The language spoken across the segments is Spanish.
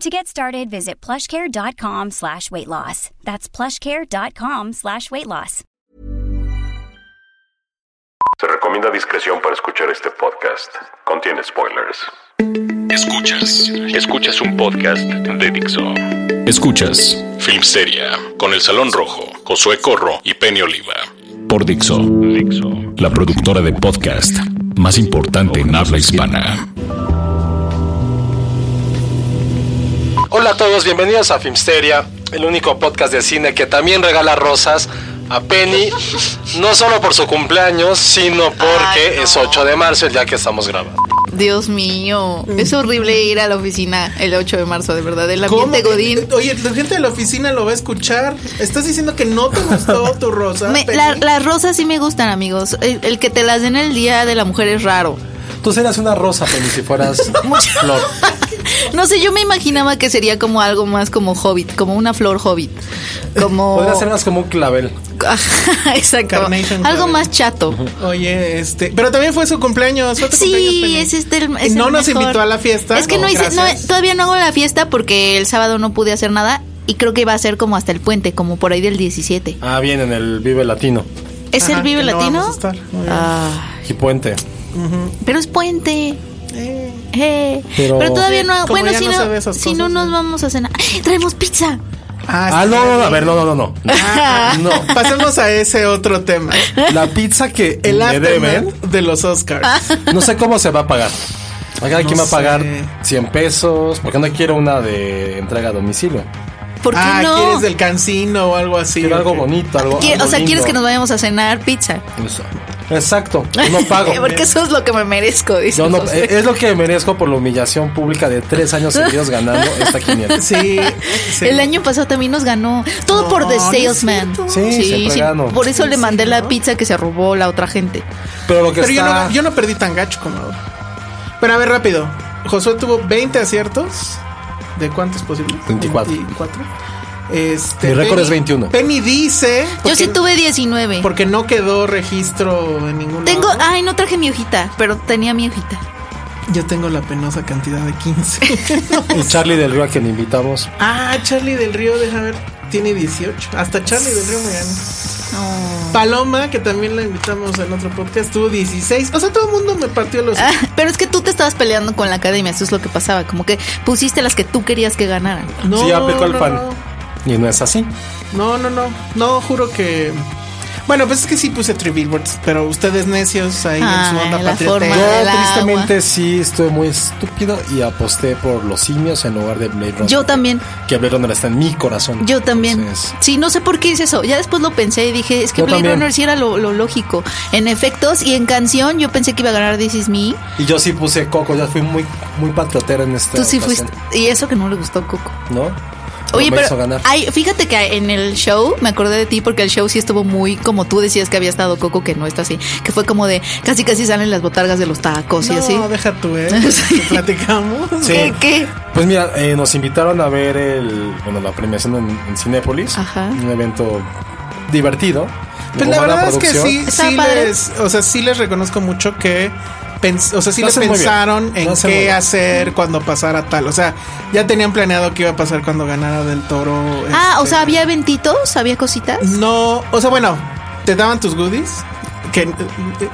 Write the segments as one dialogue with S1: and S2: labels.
S1: To get started, visit plushcare.com slash weight loss. That's plushcare.com slash weight loss.
S2: Se recomienda discreción para escuchar este podcast. Contiene spoilers.
S3: Escuchas, escuchas un podcast de Dixo. Escuchas Filmsteria con El Salón Rojo, Josué Corro y Penny Oliva. Por Dixo, la productora de podcast más importante en habla hispana.
S4: Hola a todos, bienvenidos a Filmsteria, el único podcast de cine que también regala rosas a Penny, no solo por su cumpleaños, sino porque
S5: Ay, no.
S4: es 8 de marzo el día que estamos grabando.
S5: Dios mío, es horrible ir a la oficina el 8 de marzo, de verdad. El ambiente
S6: ¿Cómo?
S5: godín.
S6: Oye, la gente de la oficina lo va a escuchar. Estás diciendo que no te gustó tu rosa.
S5: Me-
S6: Penny?
S5: la- las rosas sí me gustan, amigos. El, el que te las den el día de la mujer es raro.
S4: Tú serás una rosa, Penny, si fueras flor.
S5: No sé, yo me imaginaba que sería como algo más como hobbit, como una flor hobbit. Como.
S4: Podrías ser más como un clavel.
S5: Exacto.
S6: Carnation
S5: Algo
S6: Flower.
S5: más chato.
S6: Oye, este. Pero también fue su cumpleaños. fue tu cumpleaños,
S5: Sí,
S6: Penny.
S5: ese es del.
S6: ¿Y
S5: es
S6: no
S5: el
S6: nos
S5: mejor.
S6: invitó a la fiesta.
S5: Es que no, hice, no,
S6: gracias.
S5: todavía no hago la fiesta porque el sábado no pude hacer nada y creo que va a ser como hasta el puente, como por ahí del 17.
S4: Ah, bien, en el Vive Latino.
S5: ¿Es
S6: Ajá,
S5: el Vive
S6: que no
S5: Latino?
S6: vamos a estar. Muy bien.
S5: Ah,
S4: Y Puente.
S5: pero es puente.
S6: Eh,
S5: Eh,
S4: Pero-
S5: Pero, todavía
S6: Sí,
S5: no.
S6: como
S5: bueno,
S6: ya
S5: si
S6: no
S5: no,
S6: se ve esas
S5: si
S6: cosas, eh.
S5: no nos
S6: ¿no?
S5: vamos a cenar. ¡Ah! Traemos pizza.
S4: Ah,
S6: sí,
S4: no, no, no, a
S6: bien.
S4: ver, no, no, no, no.
S6: Ah,
S4: No.
S6: Pasemos a ese otro tema.
S4: La pizza que
S6: El
S4: me deben,
S6: aftermath de los Oscars.
S5: Ah,
S4: no sé cómo se va a pagar. A cada
S6: No
S4: quien va a pagar
S6: sé.
S4: 100 pesos, porque no quiero una de entrega a domicilio.
S5: ¿Por qué
S6: ah,
S5: no?
S6: ¿quieres del cancino o algo así?
S4: Quiero algo
S6: Ok.
S4: bonito, algo.
S5: Qui-
S4: algo
S5: o sea, ¿quieres
S4: lindo.
S5: que nos vayamos a cenar pizza?
S4: Exacto, yo no pago.
S5: Porque eso es lo que me merezco. dices,
S4: Yo no-
S5: o sea.
S4: eh, es lo que merezco por la humillación pública de tres años seguidos ganando esta quiniela.
S6: Sí, sí.
S5: El año pasado también nos ganó. Todo
S6: No,
S5: por The
S6: no es
S5: Salesman.
S6: cierto.
S4: Sí, siempre gano.
S5: Por eso
S6: Sí,
S5: le
S6: sí,
S5: mandé la
S6: ¿no?
S5: pizza que se robó la otra gente.
S4: Pero lo que
S6: Pero yo
S4: está.
S6: no, yo no perdí tan gacho como ahora. Pero a ver, rápido. Josué tuvo 20 aciertos. ¿De cuántos posibles?
S4: 24.
S6: 24. Este,
S4: Mi récord es 21.
S6: Penny dice.
S5: Yo sí
S6: porque-
S5: tuve 19.
S6: Porque no quedó registro en ningún
S5: Tengo,
S6: lado.
S5: ay, no traje mi hojita, pero tenía mi hojita.
S6: Yo tengo la penosa cantidad de 15.
S4: Y Charlie del Río a quien invitamos.
S6: ah, Charlie del Río, deja ver. Tiene 18. Hasta Charlie del Río me ganó.
S5: No.
S6: Paloma, que también la invitamos en otro podcast, tuvo 16. O sea, todo el mundo me partió los.
S5: Ah, pero es que tú te estabas peleando con la academia, eso es lo que pasaba, como que pusiste las que tú querías que ganaran.
S6: No,
S4: sí, aplicó el
S6: no,
S4: fan.
S6: no.
S4: Y no es así.
S6: No, no, no. No, juro que. Bueno, pues es que sí puse Three Billboards, pero ustedes necios ahí en su
S5: Ay,
S6: onda
S5: Ah, la
S6: patriota.
S5: forma.
S4: Yo
S5: Mal agua.
S4: tristemente sí estuve muy estúpido y aposté por los simios en lugar de Blade Runner.
S5: Yo también,
S4: Que Blade Runner está en mi corazón.
S5: yo también.
S4: Entonces,
S5: Sí, no sé por qué hice eso. Ya después lo pensé y dije, es que
S4: Yo
S5: Blade
S4: también.
S5: Runner sí era lo, lo lógico. En efectos y en canción, yo pensé que iba a ganar This Is Me.
S4: y yo sí puse Coco, yo fui muy, muy patriotero en esta
S5: Tú sí
S4: ocasión,
S5: fuiste. Y eso que no le gustó Coco.
S4: ¿No?
S5: Oye,
S4: me hizo
S5: pero
S4: ganar.
S5: ay, fíjate que en el show me acordé de ti porque el show sí estuvo muy como tú decías que había estado Coco, que no está así, que fue como de casi casi salen las botargas de los tacos y
S6: no,
S5: así.
S6: deja tú, ¿eh?
S5: Sí.
S6: Que Platicamos.
S4: Sí.
S5: ¿Qué? qué?
S4: Pues mira, eh, nos invitaron a ver el, bueno, la premiación en, en Cinépolis.
S5: Ajá.
S4: Un evento divertido.
S6: Pues
S4: con
S6: la
S4: buena
S6: verdad es que
S4: producción.
S6: sí,
S5: Está
S6: sí
S5: padre.
S6: les, o sea, sí les reconozco mucho que pens- o sea, sí
S4: Lo
S6: le
S4: hacen muy bien.
S6: pensaron
S4: Lo
S6: en
S4: hacen muy
S6: qué
S4: bien.
S6: hacer cuando pasara tal. O sea, ya tenían planeado qué iba a pasar cuando ganara del toro.
S5: Ah, o
S6: este,
S5: sea, había eventitos, había cositas.
S6: No, o sea, bueno, te daban tus goodies. Que eh,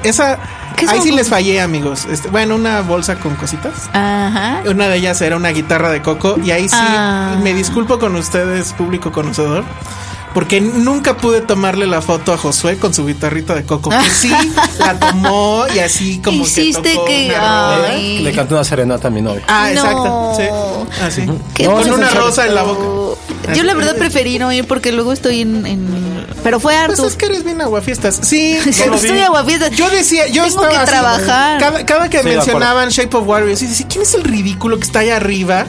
S6: esa.
S5: ¿Qué son
S6: Ahí sí
S5: goodies?
S6: les fallé, amigos. Este, bueno, una bolsa con cositas.
S5: Ajá.
S6: Una de ellas era una guitarra de coco. Y ahí sí
S5: Ah.
S6: me disculpo con ustedes, público conocedor. Porque nunca pude tomarle la foto a Josué con su guitarrita de coco. Que sí, la tomó y así como
S5: Hiciste
S6: que tocó
S5: que-
S6: una rola.
S5: Ay.
S4: Eh, Le canté una serenata a mi novia.
S6: Ah,
S5: No.
S6: exacto. Sí. Así.
S5: Qué
S6: Con
S5: bonito.
S6: una rosa en la boca.
S5: Yo la verdad preferí no ir porque luego estoy en... en- Pero fue harto.
S6: Pues es que eres bien aguafiestas. Sí,
S5: Sí,
S6: lo vi.
S5: estoy aguafiestas.
S6: Yo decía, yo
S5: Tengo
S6: estaba
S5: que
S6: así,
S5: trabajar.
S6: Cada, cada que
S4: Sí, de
S6: mencionaban Shape of Warriors, sí decía, ¿quién es el ridículo que está allá arriba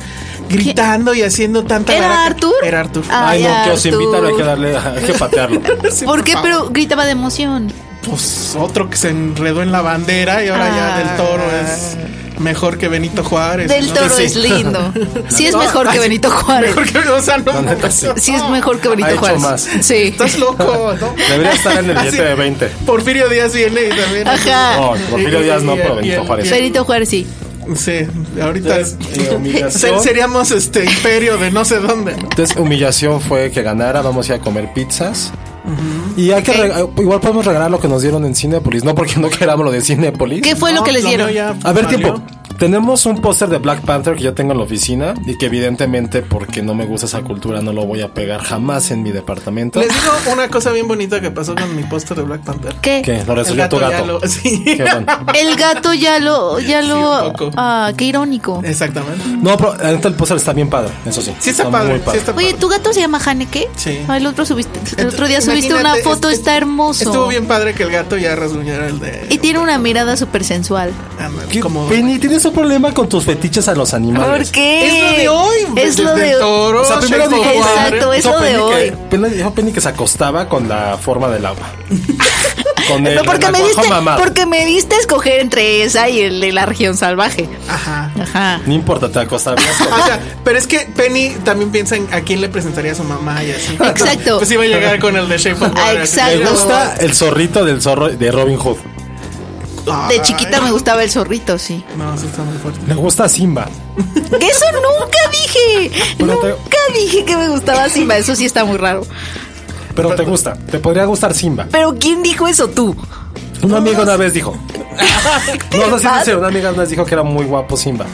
S6: gritando y haciendo tanta
S5: ¿Era
S6: baraca?
S5: Arthur?
S6: Era Arthur.
S4: Ay, no, que os
S5: Arthur.
S4: invitan, hay que darle, hay que patearlo.
S6: Sí,
S5: ¿Por qué?
S6: favor.
S5: Pero gritaba de emoción.
S6: Pues otro que se enredó en la bandera y ahora ya del toro es mejor que Benito Juárez.
S5: Ah. Del
S6: ¿no?
S5: toro
S6: Sí.
S5: es lindo. Sí es mejor que Benito Juárez.
S6: Mejor que, o sea, no.
S4: La neta, sí.
S5: Sí es mejor que
S4: Ha
S5: Benito
S4: hecho
S5: Juárez.
S4: más.
S5: Sí.
S6: Estás loco. ¿no?
S4: Debería estar en el billete
S6: Así,
S4: de 20.
S6: Porfirio Díaz viene y también.
S5: Ajá.
S4: No, Porfirio Díaz no, pero Benito Juárez.
S5: Pues, Benito Juárez sí.
S6: Sí, ahorita es-
S4: Entonces, eh, humillación.
S6: se- seríamos este imperio de no sé dónde. ¿no?
S4: Entonces, humillación fue que ganara, vamos a ir a comer pizzas. Y hay que reg- igual podemos regalar lo que nos dieron en Cinépolis, no porque no queramos lo de Cinépolis.
S5: ¿Qué fue lo
S6: No,
S5: que les
S6: lo
S5: dieron?
S6: mío ya
S4: A ver,
S6: valió.
S4: tiempo. Tenemos un póster de Black Panther que yo tengo en la oficina y que evidentemente porque no me gusta esa cultura no lo voy a pegar jamás en mi departamento.
S6: Les digo una cosa bien bonita que pasó con mi póster de Black Panther.
S5: ¿Qué?
S4: Que lo
S6: El
S4: resolvió tu
S6: gato ya
S4: gato.
S6: lo- sí.
S4: Qué bueno.
S5: El gato ya lo, ya
S6: Sí,
S5: lo.
S6: un poco. Eh,
S5: ah, qué irónico.
S6: Exactamente.
S4: No, pero la neta, el póster está bien padre, eso sí.
S6: Sí está padre, sí está
S5: Oye, ¿tu gato se llama Haneke?
S6: Sí.
S5: Ah, el otro subiste, el otro día
S6: Entonces,
S5: subiste una
S6: imagínate,
S5: foto,
S6: es-
S5: está hermoso.
S6: Estuvo bien padre que el gato ya rasguñara el de.
S5: Y tiene una mirada súper sensual.
S6: Ándale,
S4: ¿Qué-
S6: como-
S4: Penny, tienes un problema con tus fetiches a los animales.
S5: ¿Por qué?
S6: Es lo de hoy.
S5: Es lo
S6: desde
S5: de
S6: Toro,
S4: O sea, primero
S6: Shape of
S4: dijo-
S6: Water.
S5: Exacto, es
S4: dijo
S5: lo de
S4: Penny que-
S5: hoy.
S4: Penny- dijo Penny que se acostaba con la forma del agua. con el
S5: No, porque me diste,
S4: renacuajo mamado.
S5: porque me diste a escoger entre esa y el de la región salvaje.
S6: Ajá.
S5: Ajá.
S4: No importa, te acostabas con-
S6: O sea, pero es que Penny también piensa en a quién le presentaría a su mamá y así.
S5: Exacto.
S6: Pues iba a llegar con el de Shape of
S5: Ah,
S6: Water. así.
S4: Me
S5: exacto.
S4: gusta el zorrito del zorro de Robin Hood. Ah.
S5: De chiquita me gustaba el zorrito, sí.
S6: No, sí está muy fuerte.
S4: Me gusta Simba.
S5: Eso nunca dije.
S4: Pero te-
S5: nunca dije que me gustaba Simba. Eso sí está muy raro.
S4: Pero te gusta, te podría gustar Simba.
S5: Pero ¿quién dijo eso tú?
S4: Un amigo una vez dijo. No, no, sí,
S5: pasa?
S4: en serio, una amiga una vez dijo que era muy guapo Simba.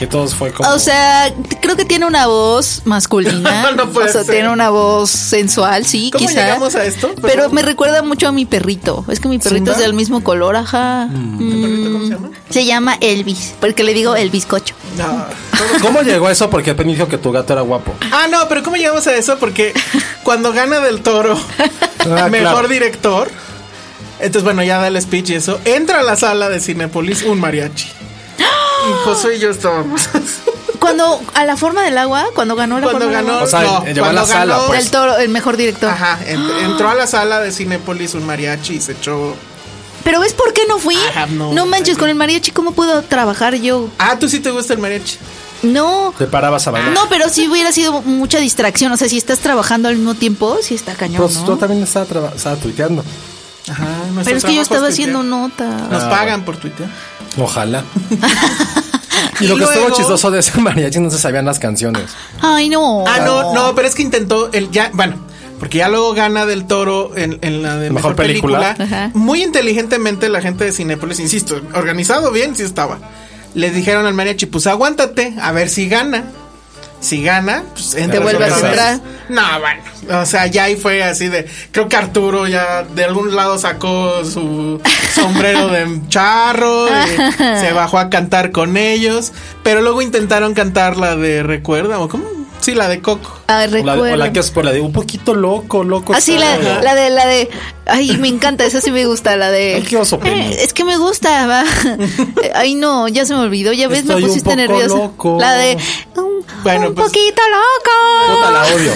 S4: Y todos fue como.
S5: O sea, creo que tiene una voz masculina.
S6: No puede
S5: o sea,
S6: ser.
S5: tiene una voz sensual, sí,
S6: ¿Cómo
S5: quizá.
S6: llegamos a esto?
S5: Pero, me recuerda mucho a mi perrito. Es que mi perrito
S4: ¿Simba?
S5: es del mismo color, ajá.
S6: Mm. perrito cómo se llama?
S5: Se llama Elvis, porque le digo el bizcocho.
S6: No.
S4: ¿Cómo llegó eso? Porque Penny dijo que tu gato era guapo.
S6: Ah, no, pero ¿cómo llegamos a eso? Porque cuando gana del toro,
S4: Ah,
S6: mejor
S4: claro.
S6: director. Entonces, bueno, ya da el speech y eso. Entra a la sala de Cinepolis un mariachi. Y José y yo estábamos.
S5: Cuando, a la forma del agua, cuando ganó la
S6: cuando
S5: forma del
S6: ganó.
S4: O sea,
S6: no,
S4: llegó a la
S6: cuando
S4: sala,
S6: ganó-
S5: agua,
S4: pues.
S5: del toro, el mejor director.
S6: Ajá, en- entró a la sala de Cinepolis un mariachi y se echó.
S5: Pero ¿ves por qué no fui?
S6: Ajá, no.
S5: no manches, con el mariachi, ¿cómo puedo trabajar yo?
S6: Ah, tú sí te gusta el mariachi.
S5: No.
S4: Te parabas a bailar.
S5: No, pero si hubiera sido mucha distracción. O sea, si estás trabajando al mismo tiempo, sí está cañón.
S4: Pues
S5: ¿no?
S4: tú también estaba, traba- estaba tuiteando.
S6: Ajá, nuestro
S5: Pero es que
S6: trabajo
S5: yo estaba
S6: es tuitear.
S5: haciendo nota.
S4: Ah.
S6: Nos pagan por Twitter.
S4: Ojalá. y lo que
S6: luego-
S4: estuvo chistoso de ese mariachi no se sabían las canciones.
S5: Ay, no.
S6: Ah, no, no, pero es que intentó el ya, bueno, porque ya luego gana del toro en, en la de mejor,
S4: Mejor película.
S6: película.
S5: Ajá.
S6: Muy inteligentemente la gente de Cinépolis, insisto, organizado bien sí estaba. Le dijeron al mariachi, pues aguántate, a ver si gana. Si gana, pues entra
S4: Te vuelves
S6: otra
S4: a
S6: vez".
S5: entrar.
S6: No, bueno. O sea, ya ahí fue así de. Creo que Arturo ya de algún lado sacó su sombrero de charro. y se bajó a cantar con ellos. Pero luego intentaron cantar la de Recuerda o cómo? Sí, la de Coco.
S5: Ah,
S4: O la,
S5: recuerdo.
S4: o la que es por la de un poquito loco, loco.
S5: Así Ah, la,
S4: estaba.
S5: la de, la de. Ay, me encanta, esa sí me gusta, la de.
S4: Ay, qué oso, Penny.
S5: Eh, es que me gusta, va. Ay, no, ya se me olvidó, ya ves,
S4: Estoy
S5: me
S4: un
S5: pusiste
S4: poco
S5: nerviosa.
S4: loco.
S5: La de. Un,
S6: Bueno,
S5: un
S6: pues-
S5: poquito
S4: Puta,
S5: loco.
S4: la odio.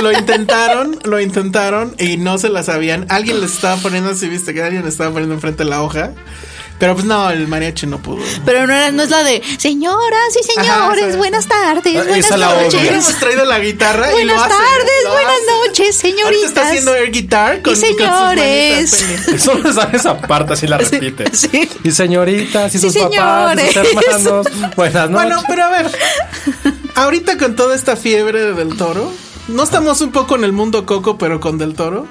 S6: Lo intentaron, lo intentaron y no se la sabían. Alguien les estaba poniendo, si viste que alguien les estaba poniendo enfrente de la hoja. Pero pues no, el mariachi no pudo.
S5: Pero no, era, no es la de. Señoras y
S6: Ajá,
S5: señores,
S6: esa-
S5: buenas tardes,
S4: Esa
S5: buenas
S4: la odio.
S5: noches.
S6: Hubiéramos traído la guitarra y lo
S5: Buenas
S6: hace,
S5: tardes,
S6: lo
S5: buenas
S6: hace.
S5: noches,
S6: Ahorita está
S5: señoritas.
S6: haciendo air guitar con,
S5: Y
S6: con sus manitas,
S5: señores.
S6: Penny.
S4: Solo sabes esa parte, así la repite.
S5: sí.
S4: Y señoritas, y
S5: Sí,
S4: sus papás, y sus
S5: señores.
S4: hermanos. Buenas noches.
S6: Bueno, pero a ver. Ahorita con toda esta fiebre de Del Toro, ¿no estamos un poco en el mundo coco, pero con Del Toro?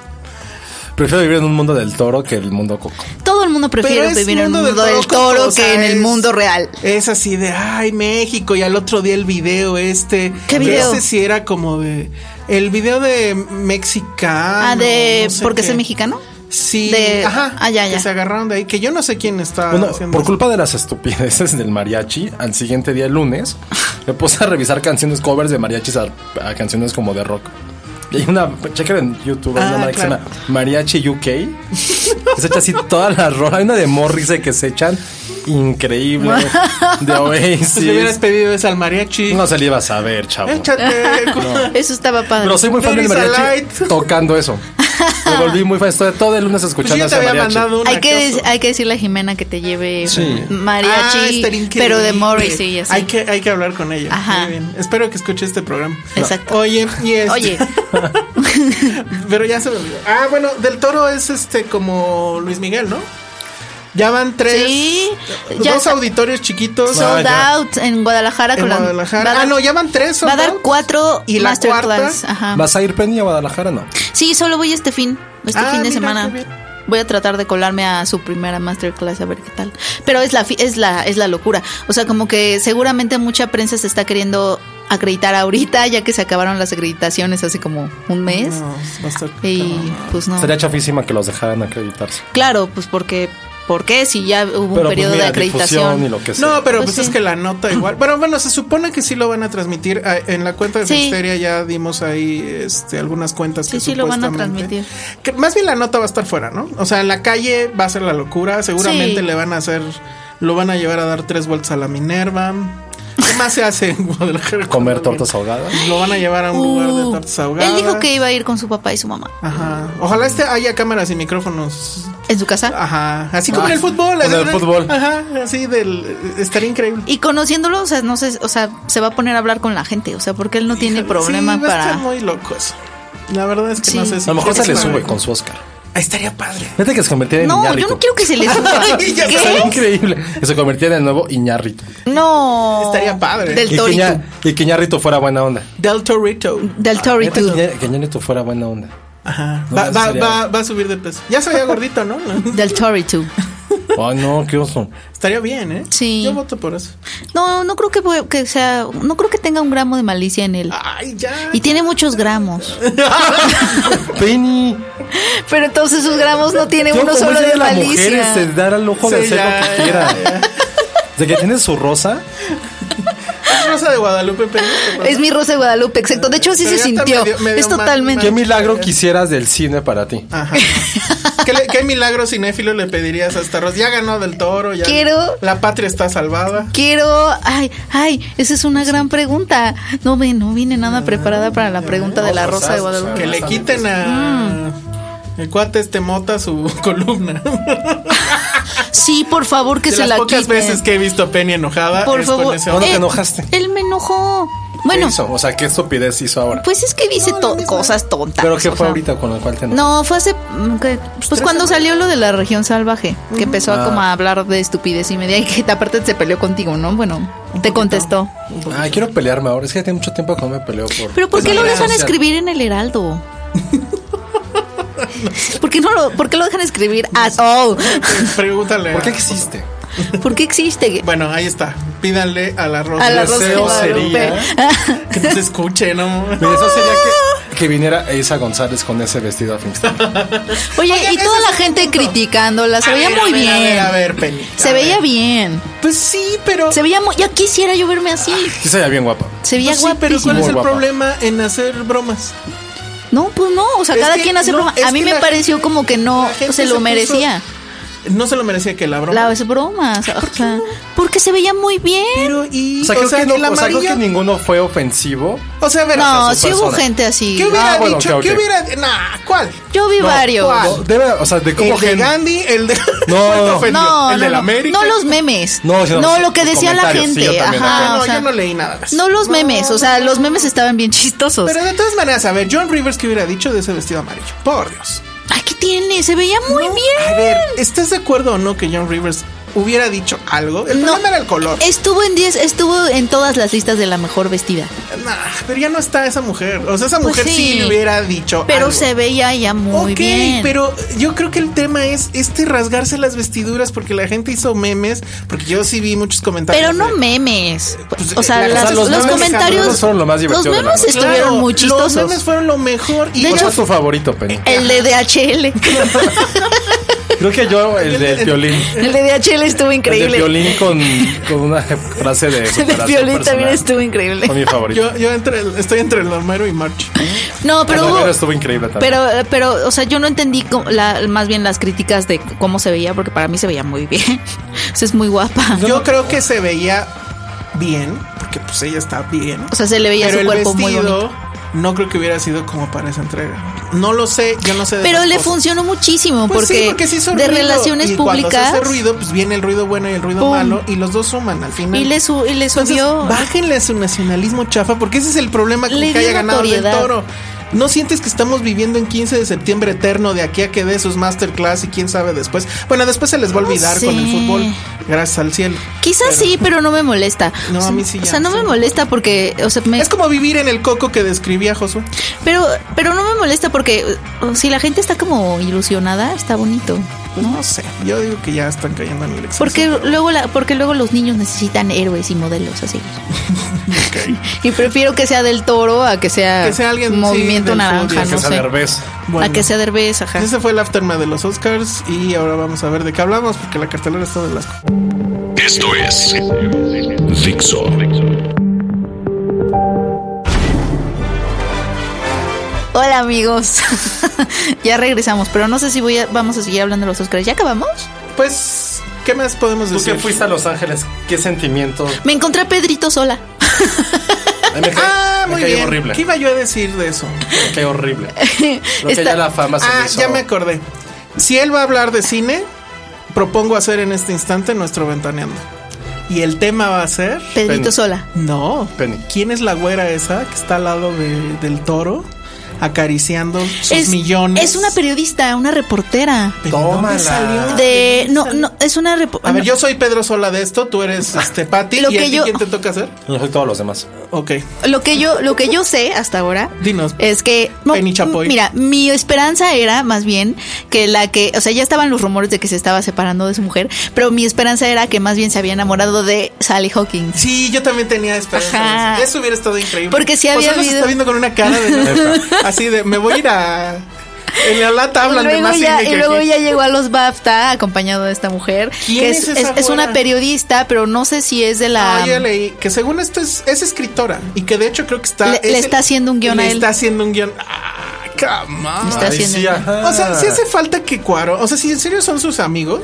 S4: Prefiero vivir en un mundo del toro que el mundo coco.
S5: Todo el mundo prefiere
S6: es
S5: vivir en el mundo del
S6: coco,
S5: toro
S6: o sea,
S5: que en el
S6: es-
S5: mundo real.
S6: Es así de, ay, México, y al otro día el video este.
S5: ¿Qué
S6: que
S5: video?
S6: Ese sí era como de, El video de mexicano.
S5: ah, de.
S6: no sé
S5: porque
S6: qué.
S5: es mexicano.
S6: Sí,
S5: de-
S6: ajá.
S5: ah, ya, ya.
S6: Que se agarraron de ahí. Que yo no sé quién está
S4: Bueno,
S6: haciendo
S4: por
S6: eso.
S4: culpa de las estupideces del mariachi, al siguiente día, el lunes, me puse a revisar canciones covers de mariachis a, a canciones como de rock. Y hay una, chequen en YouTube, hay
S6: Ah,
S4: una marca
S6: claro.
S4: que se llama Mariachi UK. que se echa así todas las rolas. Hay una de Morrissey que se echan increíble. de
S6: Pues le hubieras
S4: Oasis.
S6: pedido esa al mariachi.
S4: No se le iba a saber, chavo.
S6: Échate. pues, co-
S5: Eso estaba padre.
S4: Pero soy muy fan del
S6: There is a
S4: mariachi
S6: light.
S4: tocando eso. Me volví muy fan. Estoy todo el lunes
S6: Pues
S4: escuchando
S6: yo ya te
S4: ese
S6: había
S4: mariachi.
S6: mandado una.
S5: hay que,
S6: cosa.
S5: dec- hay que decirle a Jimena que te lleve
S4: Sí.
S5: mariachi,
S6: Ah, estaría increíble.
S5: pero de Morrissey y así.
S6: Hay que, hay que hablar con ella.
S5: Ajá.
S6: Muy bien. Espero que escuche este programa.
S5: Exacto.
S6: Oye, y este-
S5: Oye,
S6: Pero ya se me olvidó. Ah, bueno, Del Toro es este como Luis Miguel, ¿no? Ya van tres.
S5: sí, ya
S6: Dos
S5: sa-
S6: auditorios chiquitos.
S5: sold
S4: ya.
S5: out en Guadalajara.
S6: en
S5: con la- va a
S6: Guadalajara.
S5: dar-
S6: Ah, no, ya van tres.
S5: Va a
S6: sold
S5: dar
S6: out.
S5: cuatro
S6: ¿Y la
S5: masterclass.
S6: cuarta?
S5: Ajá.
S4: ¿Vas a ir Penny a Guadalajara? No.
S5: Sí, solo voy este fin, este
S6: Ah,
S5: fin de
S6: mira,
S5: semana.
S6: qué bien.
S5: Voy a tratar de colarme a su primera masterclass a ver qué tal. Pero es la fi- es la es la locura. O sea, como que seguramente mucha prensa se está queriendo acreditar ahorita ya que se acabaron las acreditaciones hace como un mes
S6: No, va a estar
S5: y pues no.
S4: Sería chafísima que los dejaran acreditarse.
S5: Claro, pues porque ¿por qué si ya hubo un
S4: Pero, pues,
S5: periodo
S4: mira,
S5: de
S4: difusión Y
S5: acreditación?
S4: lo que sea.
S6: No, pero
S5: Pues
S6: pues, es
S5: sí.
S6: que la nota igual. Pero bueno, se supone que sí lo van a transmitir. Ah, En la cuenta de
S5: Sí.
S6: Filmsteria ya dimos ahí este, algunas cuentas que
S5: Sí, sí lo van a
S6: supuestamente-
S5: transmitir.
S6: Que más bien la nota va a estar fuera, ¿no? O sea, en la calle va a ser la locura. Seguramente
S5: Sí.
S6: le van a hacer. Lo van a llevar a dar tres vueltas a la Minerva. ¿Qué más se hace en
S5: pues,
S6: Guadalajara?
S4: Comer tortas ahogadas.
S6: Lo van a llevar a un lugar de
S5: Uh,
S6: tortas ahogadas.
S5: Él dijo que iba a ir con su papá y su mamá
S6: Ajá. Ojalá este haya cámaras y micrófonos.
S5: en su casa.
S6: Ajá. Así como
S4: Ah,
S6: en el fútbol.
S4: como en el
S6: así-
S4: fútbol.
S6: Ajá. Así del. Estaría increíble.
S5: Y conociéndolo, o sea, no sé, o sea, se va a poner a hablar con la gente, o sea, porque él no tiene problema
S6: Sí, va a
S5: para
S6: estar muy loco eso. La verdad es que
S5: Sí.
S6: no sé si.
S4: A lo mejor se le
S6: Estaría
S4: sube
S6: padre.
S4: con su Oscar.
S6: Ah, Estaría padre.
S4: Fíjate que se convertía en
S5: No,
S4: Iñárritu.
S5: yo no quiero que se le suba.
S6: Ya
S5: ¿Qué?
S4: Está increíble. Que se convertía en el nuevo Iñarrito.
S5: No.
S6: Estaría padre.
S5: Del
S4: Y que,
S5: Torito.
S4: Iña- y que Iñárritu fuera buena onda.
S6: Del Torito.
S5: Del
S4: Fíjate
S5: Torito.
S4: que Iña- que Iñárritu fuera buena onda.
S6: Ajá.
S4: No,
S6: Va,
S4: eso
S6: va-
S4: sería-
S6: va- va a subir de peso. Ya se veía gordito, ¿no?
S5: Del Torito.
S4: Oh, no, qué oso.
S6: Estaría bien, ¿eh?
S5: Sí.
S6: Yo voto por eso.
S5: No, no creo que, fue- que sea, no creo que tenga un gramo de malicia en él.
S6: Ay, ya.
S5: Y tiene muchos gramos.
S4: Penny.
S5: Pero entonces sus gramos no tiene uno
S4: como
S5: solo
S4: es
S5: de
S4: las mujeres se
S6: este,
S5: malicia.
S4: da el lujo de
S6: Sí,
S4: hacer
S6: ya,
S4: lo que quiera. De que tiene su rosa.
S6: Es Rosa de Guadalupe, pero.
S5: Es mi Rosa de Guadalupe, exacto. De hecho, así
S6: Pero
S5: se
S6: ya está
S5: sintió.
S6: medio- medio
S5: es
S6: mal-
S4: ¿Qué
S5: totalmente.
S6: mal-
S4: milagro quisieras del cine para ti?
S6: Ajá. ¿Qué, le- qué milagro cinéfilo le pedirías a esta Rosa? Ya ganó del toro, ya.
S5: Quiero-
S6: La patria está salvada.
S5: Quiero. Ay, ay, esa es una gran pregunta. No, ve- no vine nada preparada para la pregunta de la Rosa de Guadalupe.
S6: Que le quiten a.
S5: Mm.
S6: El cuate este mota su columna.
S5: Sí, por favor, que
S6: de
S5: se
S6: las
S5: la
S6: pocas
S5: quiten.
S6: veces que he visto a Penny enojada.
S5: Por
S6: Ah, es con
S5: favor.
S6: ese
S4: ¿Cuándo
S6: hombre.
S4: te
S5: Eh,
S4: enojaste?
S5: Él me enojó. Bueno,
S4: ¿Qué hizo? O sea, ¿qué estupidez hizo ahora?
S5: pues es que dice to- cosas tontas.
S4: ¿Pero qué
S5: o
S4: fue
S5: sea.
S4: ahorita con lo cual te enojaste?
S5: No, fue hace. mm, que- Pues cuando salió lo de la región salvaje, que empezó a
S6: Ah.
S5: como a hablar de estupidez y media, y que aparte se peleó contigo, ¿no? Bueno, te contestó.
S4: Ah, quiero pelearme ahora. Es que ya tiene mucho tiempo que no me peleo por.
S5: Pero
S6: Pues
S5: ¿por qué
S4: por
S5: lo
S4: la
S5: dejan
S4: social.
S5: escribir en el Heraldo? ¿Por qué, no lo, ¿Por qué lo dejan escribir at all?
S6: Pregúntale.
S4: ¿Por qué
S6: a-
S4: existe?
S5: ¿Por qué existe?
S6: Bueno, ahí está. Pídanle a la Rosa.
S5: A la Rosa de
S4: deseo
S5: Guadalupe.
S6: Que no se escuche, ¿no?
S4: Mira, eso sería que, que viniera Isa González con ese vestido a Filmsteria.
S5: Oye, y
S6: ese
S5: toda
S6: es
S5: la
S6: el
S5: gente
S6: punto.
S5: criticándola, se
S6: A
S5: veía
S6: ver,
S5: muy
S6: a ver,
S5: bien.
S6: A ver, a ver, Penny.
S5: Se
S6: a
S5: veía
S6: ver.
S5: bien.
S6: Pues sí, pero.
S5: Se veía muy. Ya quisiera yo verme así.
S4: Sí, sería bien guapa.
S5: Se veía
S6: Ah, Pues sí, pero
S5: guapísimo.
S6: ¿cuál es el
S4: guapa.
S6: problema en hacer bromas?
S5: No, pues no. O sea,
S6: Es
S5: cada
S6: que
S5: quien hace
S6: no,
S5: broma.
S6: es
S5: A mí
S6: que
S5: me
S6: la
S5: pareció como que no
S6: la gente
S5: se
S6: se
S5: lo
S6: puso-
S5: merecía.
S6: No se lo merecía que la broma.
S5: Las bromas. O sea, porque se veía muy bien.
S6: Pero y.
S4: O sea, creo,
S6: o sea,
S4: que, no-
S6: el
S4: o sea, creo
S6: amarillo-
S4: que ninguno fue ofensivo.
S6: O sea, a ver.
S5: No,
S4: hacia su
S5: sí hubo
S4: persona.
S5: gente así.
S6: ¿Qué hubiera
S4: Ah, bueno,
S6: dicho?
S4: ok, ok.
S6: ¿Qué hubiera.? Nah, ¿cuál?
S5: Yo vi varios.
S6: ¿cuál?
S4: No, debe, o sea, de cómo
S6: Ah. El de
S4: gen-
S6: Gandhi, el de.
S4: No,
S6: ¿Cuál te
S4: no,
S6: ofendió?
S5: No,
S6: El
S5: no,
S6: de la
S5: no.
S6: América.
S5: No los memes.
S4: No, sino los-
S5: lo que
S4: los
S5: decía la
S4: comentarios, sí,
S5: gente.
S4: yo también, de
S5: Ajá,
S4: acuerdo.
S5: o
S6: no,
S5: sea,
S6: yo no leí nada. de eso.
S5: no los memes. O sea,
S6: no.
S5: los memes estaban bien chistosos.
S6: Pero de todas maneras, a ver, John Rivers, ¿qué hubiera dicho de ese vestido amarillo? Por Dios.
S5: Ay, ¿qué tiene? Se veía muy
S6: No,
S5: bien.
S6: A ver, ¿estás de acuerdo o no que John Rivers hubiera dicho algo. El
S5: No. Eh,
S6: problema era el color.
S5: Estuvo en 10, estuvo en todas las listas de la mejor vestida.
S6: Nah, pero ya no está esa mujer. O sea, esa
S5: Pues
S6: mujer sí.
S5: sí.
S6: le hubiera dicho
S5: Pero
S6: algo.
S5: se veía ya muy
S6: ok,
S5: bien.
S6: pero yo creo que el tema es este rasgarse las vestiduras porque la gente hizo memes, porque yo sí vi muchos comentarios.
S5: Pero no
S6: de-
S5: memes.
S6: Pues,
S5: o sea,
S6: la-
S5: las-
S4: eh, o sea,
S5: los,
S4: los memes
S5: comentarios.
S4: jamás fueron lo más
S5: los
S4: divertido de la
S5: memes
S4: noche.
S5: estuvieron
S6: Claro,
S5: muy chistosos.
S6: Los memes fueron lo mejor y
S5: De
S4: ¿Cuál
S5: hecho-
S4: es tu favorito, Penny?
S5: El de DHL.
S4: Creo que yo, el del violín.
S5: El de DHL estuvo
S4: El de
S5: increíble.
S4: violín con, con una frase de.
S5: El de
S4: superación
S5: violín también
S4: personal.
S5: estuvo increíble.
S4: Fue mi favorito.
S6: yo, yo entre el- estoy entre el Homero y March.
S5: No, pero
S4: El
S5: hubo-
S4: primero estuvo increíble también.
S5: Pero, pero, o sea, yo no entendí cómo- la- más bien las críticas de cómo se veía, porque para mí se veía muy bien. O sea, es muy guapa.
S6: Yo creo que se veía bien, porque pues ella está bien.
S5: O sea, se le veía
S6: pero
S5: su
S6: el
S5: cuerpo muy bonito.
S6: vestido no creo que hubiera sido como para esa entrega. No lo sé, yo no sé de
S5: Pero
S6: esas
S5: le
S6: cosas.
S5: funcionó muchísimo,
S6: Pues
S5: porque,
S6: sí, porque se hizo
S5: de
S6: ruido,
S5: relaciones
S6: y
S5: públicas.
S6: Cuando se hace ruido, pues viene el ruido bueno y el ruido
S5: ¡Pum!
S6: malo, y los dos suman al final.
S5: y le, su- y le
S6: Entonces,
S5: subió.
S6: bájenle a su nacionalismo chafa, porque ese es el problema con
S5: Le
S6: que haya
S5: dio
S6: ganado del
S5: notoriedad.
S6: toro. ¿No sientes que estamos viviendo en 15 de septiembre eterno de aquí a que dé sus masterclass y quién sabe después? Bueno, después se les va a
S5: No
S6: olvidar con el
S5: sé.
S6: fútbol, gracias al cielo.
S5: Quizás sí, pero no me molesta.
S6: No,
S5: o sea,
S6: a mí sí
S5: o
S6: ya,
S5: sea, no
S6: sí.
S5: me molesta porque, o sea, me-
S6: Es como vivir en el coco que describía Josué.
S5: pero, pero no me molesta porque o- si la gente está como ilusionada, está bonito.
S6: Pues no sé, yo digo que ya están cayendo en el exceso.
S5: Porque luego, la, porque luego los niños necesitan héroes y modelos así. Y prefiero que sea del toro a que sea,
S6: Que sea alguien, sí,
S5: movimiento
S6: del
S5: naranja,
S6: fútbol.
S4: que
S5: no
S4: sea
S5: sé.
S4: de revés.
S6: Bueno,
S5: A que sea derbez, ajá.
S6: Ese fue el aftermath de los Oscars y ahora vamos a ver de qué hablamos porque la cartelera está de las...
S3: Esto es Dixo.
S5: Hola amigos. ya regresamos, pero no sé si voy a- vamos a seguir hablando de los Oscars. ¿Ya acabamos?
S6: Pues, ¿qué más podemos
S4: Tú
S6: decir?
S4: que fuiste a Los Ángeles, ¿qué sentimiento?
S5: Me encontré a Pedrito sola.
S4: A mí Me cae,
S6: Ah,
S4: me
S6: muy
S4: cae
S6: bien.
S4: horrible.
S6: ¿Qué iba yo a decir de eso?
S4: Me cae horrible. Creo
S5: Está-
S4: que ya la fama se
S6: Ah,
S4: hizo-
S6: ya me acordé. Si él va a hablar de cine, propongo hacer en este instante nuestro ventaneando. Y el tema va a ser.
S5: Pedrito
S4: Penny.
S5: sola.
S6: No.
S4: Penny.
S6: ¿Quién es la güera esa que está al lado de- del toro acariciando sus
S5: Es,
S6: millones?
S5: es una periodista, una reportera.
S6: Pero no me
S4: Tómala.
S6: salió.
S5: De no, no, es una reportera.
S6: Ah. A ver, yo soy Pedro Sola de esto, tú eres este Pati.
S5: Ah, Lo
S6: ¿Y a
S5: que
S6: ti
S5: yo-
S6: quién te toca hacer?
S4: No soy todos los demás.
S6: Ok.
S5: Lo que yo, lo que yo sé hasta ahora
S6: Dinos.
S5: es que no,
S6: Penny Chapoy.
S5: Mira, mi esperanza era más bien que la que, o sea, ya estaban los rumores de que se estaba separando de su mujer, pero mi esperanza era que más bien se había enamorado de Sally Hawkins.
S6: Sí, yo también tenía esperanza.
S5: Ajá.
S6: de Eso. Eso hubiera estado increíble.
S5: Porque sí había
S6: José los
S5: habido-
S6: está viendo con una cara de así de me voy a ir a en la lata hablan de
S5: luego
S6: más
S5: ya,
S6: cine
S5: y
S6: que-
S5: luego ya llegó a los BAFTA acompañado de esta mujer,
S6: ¿Quién
S5: que
S6: es
S5: es,
S6: esa
S5: es- es una
S6: güera?
S5: periodista, pero no sé si es de la...
S6: Ah, yo leí que según esto es, es escritora y que de hecho creo que está
S5: Le-
S6: es
S5: le está haciendo un guión
S6: le
S5: a él.
S6: está haciendo un guión. Ah, come on.
S5: Está haciendo-
S4: ajá.
S6: O sea, si hace falta que Cuarón, o sea, si en serio son sus amigos,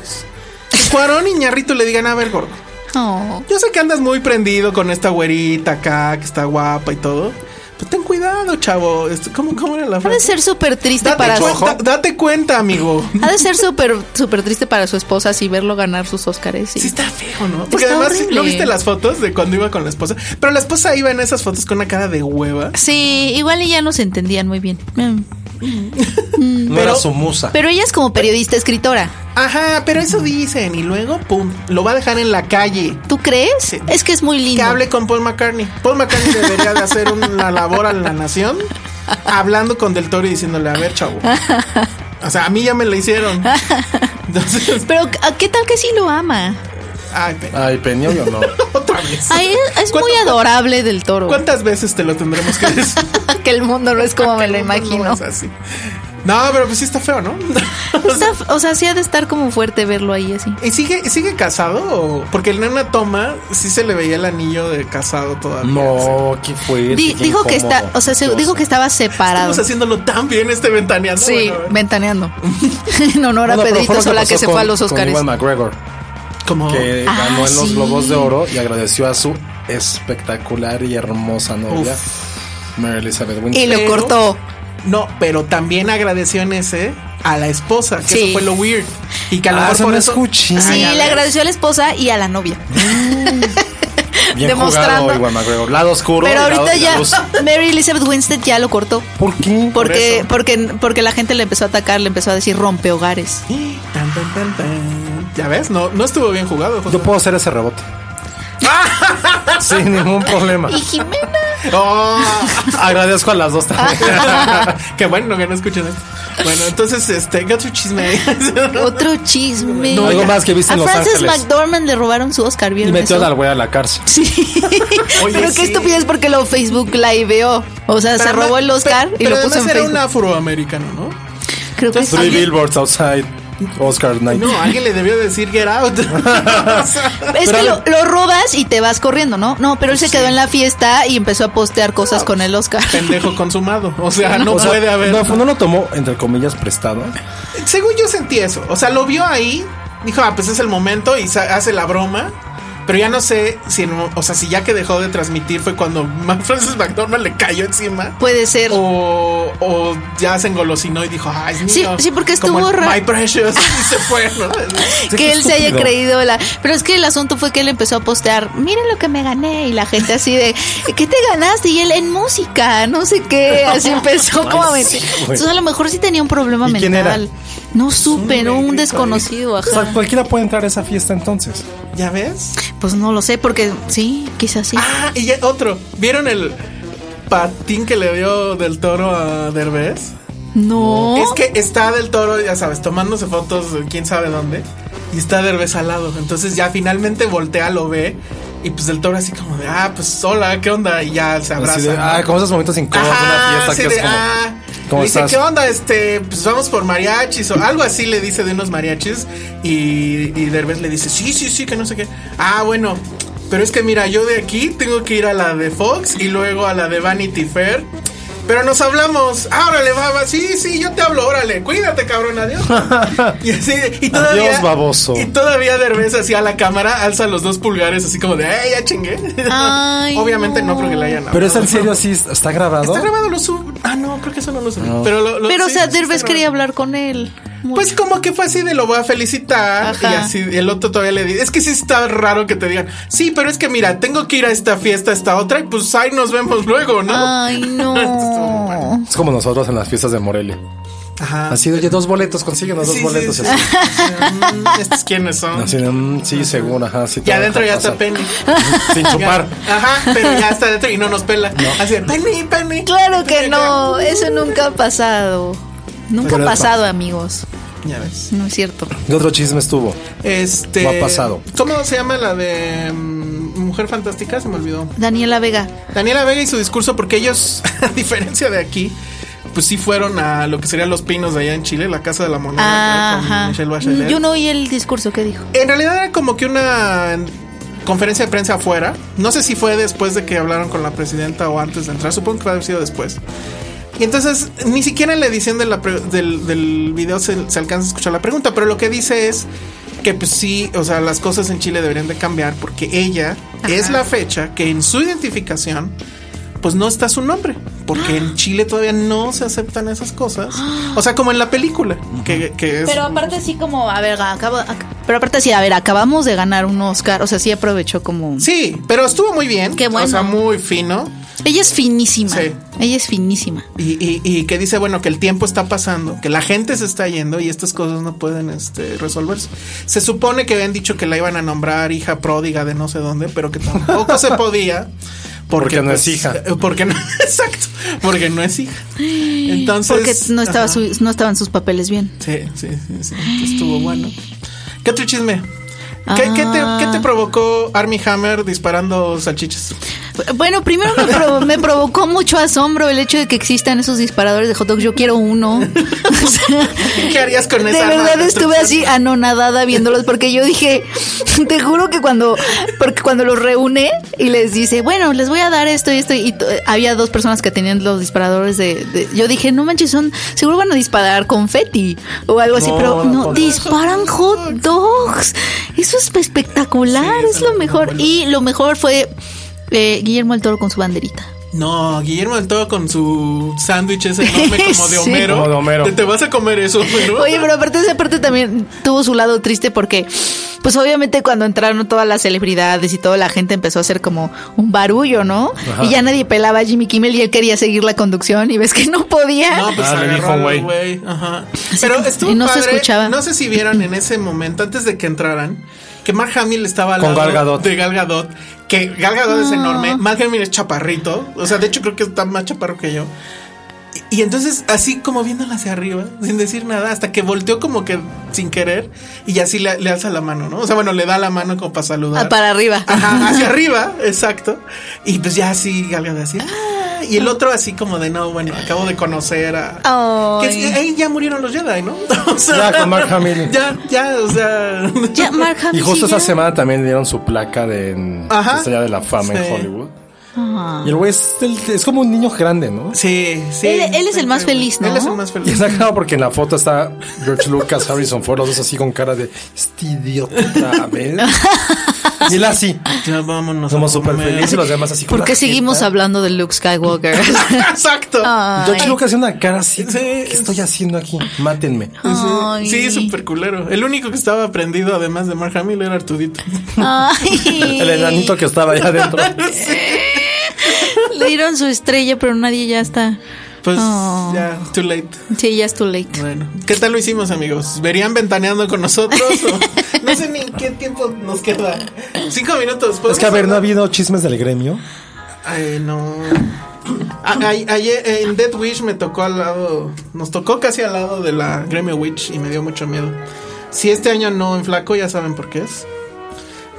S6: que Cuarón y Ñarrito le digan, "A ver, gordo,
S5: Oh.
S6: yo sé que andas muy prendido con esta güerita acá que está guapa y todo, pero ten cuidado, chavo." Esto- ¿Cómo cómo era la
S5: Ha de
S6: frase?
S5: ser súper triste
S6: Date
S5: para...
S6: cuenta, date cuenta, amigo.
S5: Ha de ser súper súper triste para su esposa así verlo ganar sus Óscares. y-
S6: Sí está feo, ¿no? Porque
S5: Está
S6: además,
S5: horrible.
S6: ¿no viste las fotos de cuando iba con la esposa? Pero la esposa iba en esas fotos con una cara de hueva.
S5: Sí, igual y ya nos entendían muy bien. Mm.
S4: no
S6: pero-
S4: era su musa.
S5: Pero ella es como periodista, escritora.
S6: Ajá, pero eso dicen. Y luego, pum, lo va a dejar en la calle.
S5: ¿Tú crees?
S6: Sí.
S5: Es que es muy lindo.
S6: Que hable con Paul McCartney. Paul McCartney debería de hacer una labor a la nación hablando con Del Toro y diciéndole, a ver, chavo. O sea, a mí ya me la hicieron. Entonces, este,
S5: Pero ¿a- ¿qué tal que sí lo ama?
S6: ay, pero
S4: Ay, Penny, yo no.
S6: otra vez.
S5: Ay, es- es muy
S6: ¿Cuánto-
S5: adorable del toro.
S6: ¿Cuántas veces te lo tendremos que decir?
S5: que el mundo no es como me lo
S6: No, no
S5: imagino.
S6: es así. No, pero pues sí está feo, ¿no?
S5: Está- o sea, sí ha de estar como fuerte verlo ahí así.
S6: ¿Y sigue, sigue casado? o- Porque en una toma sí se le veía el anillo de casado todavía.
S4: No, qué fuerte.
S5: Di-
S4: qué
S5: dijo que
S4: incómodo.
S5: está, o sea, se- dijo que estaba separado.
S6: Estamos haciéndolo tan bien este ventaneando.
S5: Sí,
S6: bueno, a ver.
S5: ventaneando. en honor a
S4: Bueno, pero fue
S5: Pedrito
S4: lo
S5: Sola que
S4: pasó
S5: se
S4: con-
S5: fue a los
S4: con
S5: Óscares.
S4: Ewan McGregor,
S6: Como
S4: que
S5: Ah,
S4: ganó en los
S5: sí.
S4: Globos de Oro y agradeció a su espectacular y hermosa novia, Mary Elizabeth
S5: Y
S4: Winstead.
S5: lo
S6: Pero-
S5: cortó.
S6: No, pero también agradeció en ese a la esposa, que
S5: Sí.
S6: eso fue lo weird. Y que a lo
S4: Ah,
S6: mejor
S4: eso
S6: por
S4: no
S6: eso-
S4: escuché.
S5: Sí,
S6: Ay, a
S5: le
S6: ver.
S5: agradeció a la esposa y a la novia.
S4: Bien
S5: demostrando-
S4: jugado, Iwan McGregor. Lado oscuro.
S5: Pero
S4: y lado
S5: ahorita
S4: de la
S5: ya
S4: luz.
S5: Mary Elizabeth Winstead ya lo cortó.
S4: ¿Por qué?
S5: Porque, porque, porque la gente le empezó a atacar, le empezó a decir rompe hogares.
S6: Tan, tan, tan, tan. Ya ves, no, no estuvo bien jugado. José.
S4: Yo puedo hacer ese rebote. Sin ningún problema.
S5: Y Jimena.
S6: Oh.
S4: Agradezco a las dos también.
S6: Qué bueno que no escuchen esto. Bueno, entonces, este, ¿qué otro chisme hay?
S5: Otro chisme.
S4: No, algo más que viste
S5: a
S4: en Los
S5: Frances
S4: Ángeles.
S5: McDormand le robaron su Oscar,
S4: Y
S5: ¿vieron
S4: metió a
S5: eso?
S4: la wea a la cárcel.
S5: Sí.
S6: Oye,
S5: pero
S6: sí.
S5: qué estupidez porque lo Facebook liveó. O sea, se robó el Oscar y lo puso en
S6: era
S5: Facebook.
S6: un afroamericano, ¿no?
S5: Creo que sí.
S4: Three billboards outside Oscar night.
S6: No, alguien le debió decir get out.
S5: Es
S4: Pero Pues
S5: que
S4: a
S5: lo, lo robas y te vas corriendo, ¿no? No, pero él se quedó en la fiesta y empezó a postear cosas con el Oscar.
S6: Pendejo consumado. O sea, no
S4: O sea,
S6: puede haber.
S4: No, no lo tomó, entre comillas, prestado.
S6: Según yo sentí eso. O sea, lo vio ahí. Dijo, ah, pues es el momento y sa- hace la broma. Pero ya no sé si, en- o sea, si ya que dejó de transmitir fue cuando Ma- Frances McDormand le cayó encima.
S5: Puede ser.
S6: Oh, O, o ya se engolosinó y dijo, ah, es mío.
S5: Sí, sí, porque
S6: Como
S5: estuvo
S6: en
S5: ra-
S6: My Precious. Y se fue, ¿no? Sí,
S5: que él se haya
S4: estúpido.
S5: creído la. Pero es que el asunto fue que él empezó a postear, miren lo que me gané. Y la gente así de, ¿qué te ganaste? Y él en música, no sé qué. Así empezó como a mentir. Entonces a lo mejor sí tenía un problema
S4: ¿Y
S5: mental.
S4: quién
S5: No supe, ¿no? un desconocido.
S4: O
S5: ajá.
S4: sea, cualquiera puede entrar a esa fiesta entonces.
S6: ¿Ya ves?
S5: Pues no lo sé, porque sí, quizás sí.
S6: Ah, y ya- otro. ¿Vieron el patín que le dio del toro a Derbez?
S5: No.
S6: Es que está del toro, ya sabes, tomándose fotos de quién sabe dónde. Y está Derbez al lado. Entonces ya finalmente voltea, lo ve. Y pues del toro así como de, ah, pues hola, ¿qué onda? Y ya se abraza.
S4: Así de, ah, como esos momentos incómodos de
S6: Ajá,
S4: una fiesta
S6: así
S4: que es
S6: de,
S4: como.
S6: ah.
S4: ¿cómo
S6: Le dice,
S4: estás?
S6: ¿qué onda? Este, pues vamos por mariachis o algo así le dice de unos mariachis. Y, y Derbez le dice, sí, sí, sí, que no sé qué. Ah, bueno, pero es que mira, yo de aquí tengo que ir a la de Fox y luego a la de Vanity Fair. Pero nos hablamos. Ah, órale, va, va. Sí, sí, yo te hablo. Órale, cuídate, cabrón. Adiós. y así, y todavía.
S4: Adiós, baboso.
S6: Y todavía Derbez así a la cámara alza los dos pulgares, así como de, ¡eh, ya chingué!
S5: Ay,
S6: Obviamente no.
S5: no.
S6: creo que le hayan
S4: Pero es en
S6: hablado.
S4: serio, sí, está grabado.
S6: Está grabado, lo sub. Ah, no, creo que eso no lo subí. Pero, lo, lo-
S5: Pero,
S6: sí,
S5: o sea,
S6: sí está
S5: Derbez
S6: grabado.
S5: quería hablar con él. Muy-
S6: Pues como que fue así de lo voy a felicitar
S5: Ajá.
S6: y así y el otro todavía le dice, es que sí está raro que te digan, sí, pero es que mira, tengo que ir a esta fiesta, a esta otra y pues ahí nos vemos luego, ¿no?
S5: Ay, no.
S4: Es como nosotros en las fiestas de Morelia.
S6: Ajá.
S4: Así de, oye, dos boletos, consíguenos dos
S6: Sí, sí,
S4: boletos.
S6: sí.
S4: así.
S6: Mm, ¿Estos quiénes son?
S4: Así de, mm, sí, seguro, ajá. Sí,
S6: Y adentro ya está
S4: tapé.
S6: Penny.
S4: Sin chupar.
S6: Ajá, pero ya está adentro y no nos pela. Así de, Penny, Penny.
S5: Claro que no, eso nunca ha pasado. Nunca ha
S4: Pero-
S5: pasado, amigos.
S6: Ya ves.
S5: No es cierto.
S4: ¿Qué otro chisme estuvo?
S6: Este.
S4: No ha pasado.
S6: ¿Cómo se llama la de mm, Mujer Fantástica? Se me olvidó.
S5: Daniela Vega.
S6: Daniela Vega y su discurso, porque ellos, a diferencia de aquí, pues sí fueron a lo que serían los pinos de allá en Chile, la Casa de la Moneda, ¿no? Ah, con
S5: Ah, Ajá.
S6: Michelle Bachelet.
S5: Yo no oí el discurso que dijo.
S6: En realidad era como que una conferencia de prensa afuera. No sé si fue después de que hablaron con la presidenta o antes de entrar, supongo que va a haber sido después. Y entonces, ni siquiera en la edición de la pre- del, del video se, se alcanza a escuchar la pregunta, pero lo que dice es que pues sí, o sea, las cosas en Chile deberían de cambiar porque ella es la fecha que en su identificación pues no está su nombre, porque en Chile todavía no se aceptan esas cosas. O sea, como en la película, que, que es...
S5: Pero aparte sí como, a ver, acabo, ac- pero aparte sí, a ver, acabamos de ganar un Oscar, o sea, sí aprovechó como...
S6: Sí, pero estuvo muy bien.
S5: Qué bueno.
S6: O sea, muy fino.
S5: Ella es finísima.
S6: Sí.
S5: Ella es finísima.
S6: Y, y- y que dice, bueno, que el tiempo está pasando, que la gente se está yendo y estas cosas no pueden este, resolverse. Se supone que habían dicho que la iban a nombrar hija pródiga de no sé dónde, pero que tampoco se podía.
S4: Porque no es hija.
S6: eh, Porque no, exacto, porque no es hija. Entonces.
S5: Porque no, estaba
S6: ajá.
S5: su- no estaban sus papeles bien.
S6: Sí, sí, sí, sí, que estuvo bueno. ¿Qué otro chisme? ¿Qué, qué
S5: Ah.
S6: te, ¿Qué te provocó Army Hammer disparando salchichas?
S5: Bueno, primero me, provo- me provocó mucho asombro el hecho de que existan esos disparadores de hot dogs. Yo quiero uno. O sea,
S6: ¿Qué harías con esa
S5: De
S6: arma
S5: verdad
S6: de
S5: estuve así anonadada viéndolos porque yo dije, te juro que cuando, porque cuando los reúne y les dice, bueno, les voy a dar esto y esto, y to- había dos personas que tenían los disparadores de, de- yo dije, no manches, son, seguro van a disparar confeti o algo así,
S4: No,
S5: pero
S4: no,
S5: no,
S4: con-
S5: disparan hot dogs. Eso es espectacular, es lo mejor. Y lo mejor fue eh, Guillermo el Toro con su banderita.
S6: No, Guillermo del Toro con su sándwich ese enorme como de
S5: Sí.
S6: Homero.
S4: Como de Homero.
S6: ¿Te, te vas a comer eso, Homero?
S5: Oye, pero aparte esa parte también tuvo su lado triste porque pues obviamente cuando entraron todas las celebridades y toda la gente empezó a hacer como un barullo, ¿no? Y ya nadie pelaba a Jimmy Kimmel y él quería seguir la conducción y ves que no podía.
S6: No, pues
S7: Ah, le
S6: agarró
S7: dijo,
S6: al
S7: güey.
S6: güey. Ajá. Pero
S5: que-
S6: estuvo
S5: y no se
S6: padre.
S5: escuchaba.
S6: No sé si vieron en ese momento, antes de que entraran, que Mark Hamill estaba al
S4: Con
S6: lado
S4: Gal Gadot.
S6: de Gal Gadot. Que Gal Gadot
S5: Ah.
S6: es enorme. Mark Hamill es chaparrito. O sea, de hecho creo que está más chaparro que yo. Y, y entonces, así como viéndola hacia arriba, sin decir nada, hasta que volteó como que sin querer y así le, le alza la mano, ¿no? O sea, bueno, le da la mano como para saludar.
S5: Ah, para arriba.
S6: Ajá, hacia arriba, exacto. Y pues ya así, Galga de así. "Ah", Y el otro así como de no, bueno, acabo de conocer a.
S5: Ay.
S6: Que sí,
S4: eh,
S6: ahí ya murieron los Jedi, ¿no? O sea,
S4: Ya, con Mark Hamill.
S6: Ya, ya, o sea.
S5: Ya, Mark
S4: Y
S5: Hamill,
S4: justo
S5: Ah, sí,
S4: esa
S5: ya.
S4: semana también le dieron su placa de en-
S6: Ajá.
S4: estrella de la fama
S6: Sí.
S4: en Hollywood. Y el güey es, el- es como un niño grande, ¿no?
S6: Sí, sí.
S5: Él- él es el más feliz, ¿no?
S6: Él es el más
S4: Y
S6: feliz.
S4: está claro porque en la foto está George Lucas, Harrison Ford, los dos así con cara de este idiota otra vez". Y él así.
S6: Ya vámonos.
S4: Somos
S6: a comer.
S4: súper felices y los demás así. con
S5: ¿Por
S4: la
S5: qué seguimos
S4: jeta.
S5: hablando de Luke Skywalker?
S6: Exacto.
S4: George Lucas hace una cara así.
S6: Sí.
S4: ¿Qué estoy haciendo aquí? Mátenme.
S5: Ay.
S6: Sí, súper culero. El único que estaba aprendido, además de Mark Hamill, era Artudito.
S5: Ay.
S4: El enanito que estaba allá adentro.
S5: Le dieron su estrella, pero nadie ya está.
S6: Pues
S5: Oh.
S6: ya, too late.
S5: Sí, ya es too late.
S6: Bueno, ¿qué tal lo hicimos, amigos? ¿Verían ventaneando con nosotros? o- No sé ni qué tiempo nos queda. Cinco minutos.
S4: Es que a ver, ¿no ha habido chismes del gremio?
S6: Ay, no. A- ay- Ayer en Dead Wish me tocó al lado, nos tocó casi al lado de la Gremio Witch y me dio mucho miedo. Si este año no enflaco, ya saben por qué es.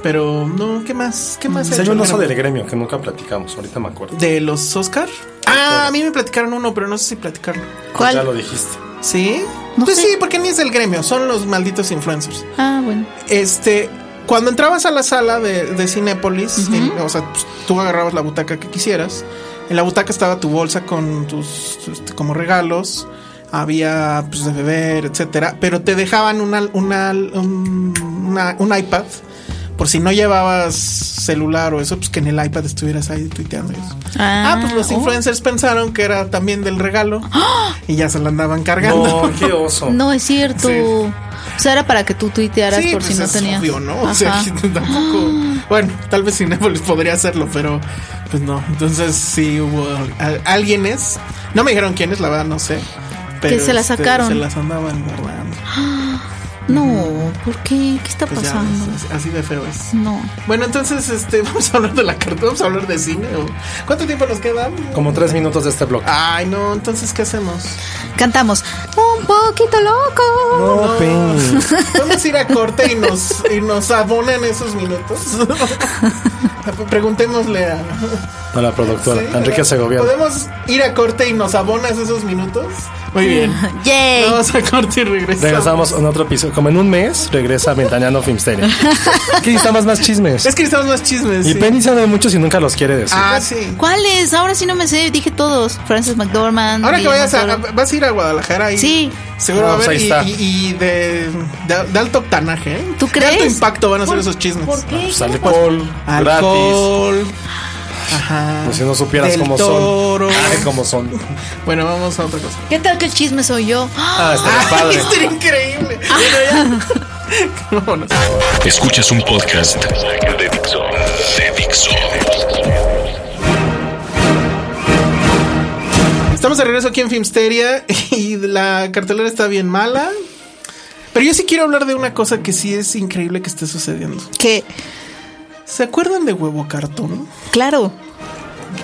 S6: Pero no, ¿qué más? ¿Qué
S5: Pues
S6: más? ha
S4: Si hay
S6: hecho
S4: un
S6: el
S4: oso
S6: Gremio?
S4: del gremio que nunca platicamos, ahorita me acuerdo.
S6: de los Oscar. Ah, a mí me platicaron uno, pero no sé si platicarlo.
S4: pues Ya lo
S5: ¿Cuál?
S4: dijiste.
S6: ¿Sí?
S5: No
S6: pues
S5: sé.
S6: sí, porque ni es el gremio, son los malditos influencers.
S5: Ah, bueno.
S6: Este, cuando entrabas a la sala de, de Cinépolis, en- o sea, pues, tú agarrabas la butaca que quisieras. En la butaca estaba tu bolsa con tus este, como regalos. Había pues de beber, etcétera. Pero te dejaban una, una, un, una- un iPad. Por si no llevabas celular o eso, pues que en el iPad estuvieras ahí tuiteando y eso. Ah, pues los
S5: oh.
S6: influencers pensaron que era también del regalo y ya se la andaban cargando.
S4: No, qué oso.
S5: No es cierto.
S6: Sí.
S5: O sea, era para que tú tuitearas por si
S6: pues
S5: no
S6: es
S5: tenías.
S6: obvio, ¿no? O sea,
S5: Ajá. Ah.
S6: tampoco. Bueno, tal vez Cinépolis podría hacerlo, pero pues no. Entonces sí hubo al- alguien es. No me dijeron quién es, la verdad no sé. Pero,
S5: Que se la
S6: este,
S5: sacaron. Ah,
S6: se las andaban guardando.
S5: No, ¿por qué? ¿Qué está
S6: Pues ya,
S5: pasando?
S6: es- así de feo es.
S5: No.
S6: Bueno, entonces este, vamos a hablar de la carta, vamos a hablar de cine. ¿o? ¿Cuánto tiempo nos queda?
S4: Como tres minutos de este
S5: Ah,
S4: bloque.
S6: Ay, no, entonces ¿qué hacemos?
S5: Cantamos un poquito loco.
S4: No, Penny.
S6: Vamos a ir a corte y nos, y nos abonan esos minutos. Preguntémosle a,
S4: A la productora,
S6: Sí,
S4: Enrique
S6: pero
S4: Segovia.
S6: ¿Podemos ir a corte y nos abonas esos minutos? Muy bien.
S5: Yay.
S6: Vamos a corte y regresamos.
S4: Regresamos en otro episodio. Como en un mes, regresa Ventaneando Filmsteria. Aquí necesitamos más chismes.
S6: Es que necesitamos más chismes.
S4: Y
S6: sí.
S4: Penny sabe muchos y nunca los quiere decir.
S6: Ah, sí.
S5: ¿Cuáles? Ahora sí no me sé. Dije todos. Frances McDormand.
S6: Ahora que
S5: Guillermo
S6: vayas a,
S5: Toro.
S6: vas a ir a Guadalajara y
S5: Sí.
S6: seguro
S4: No,
S6: va a haber
S4: pues ahí
S6: y,
S4: está.
S6: y- y de, de, de alto octanaje. ¿eh?
S5: ¿Tú
S6: De alto
S5: crees?
S6: impacto van a ser esos chismes.
S5: ¿Por qué?
S4: Pues alcohol, gratis.
S6: Alcohol. Ajá.
S4: Pues si no supieras
S6: Del
S4: cómo
S6: Toro.
S4: son. Ah, cómo son.
S6: Bueno, vamos a otra cosa.
S5: ¿Qué tal que el chisme soy yo?
S4: Ah, estaría
S6: Ay,
S4: padre.
S6: estaría increíble. Bueno, ya. Vámonos.
S3: Escuchas un podcast de Dixo. De Dixo.
S6: Estamos de regreso aquí en Filmsteria y la cartelera está bien mala. Pero yo sí quiero hablar de una cosa que sí es increíble que esté sucediendo.
S5: Que,
S6: ¿Se acuerdan de Huevo Cartón?
S5: claro.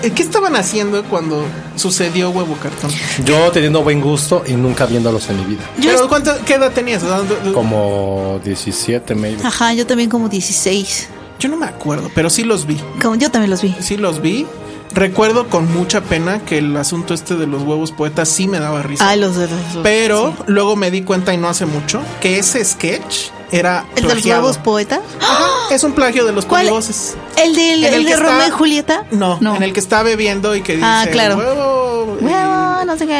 S6: Eh, ¿Qué estaban haciendo cuando sucedió Huevo Cartón?
S4: Yo teniendo buen gusto y nunca viéndolos en mi vida.
S6: Pero, ¿cuánto, ¿Qué edad tenías? O sea, d- d-
S4: Como 17,
S6: Ah,
S4: maybe.
S5: Ajá, yo también como 16.
S6: Yo no me acuerdo, pero sí los vi.
S5: Como yo también los vi.
S6: Sí los vi. Recuerdo con mucha pena que el asunto este de los huevos poetas sí me daba risa.
S5: Ah, los de los. los-
S6: pero
S5: sí.
S6: luego me di cuenta y no hace mucho que ese sketch era
S5: ¿El de los
S6: plagiado.
S5: nuevos poetas?
S6: Ajá, es un plagio de los
S5: ¿Cuál?
S6: polivoces.
S5: ¿El de, el,
S6: En el
S5: de
S6: que está-
S5: Romeo y Julieta?
S6: No, en el que está bebiendo y que dice
S5: Ah, claro.
S6: huevo, y
S5: Huevo, no sé qué.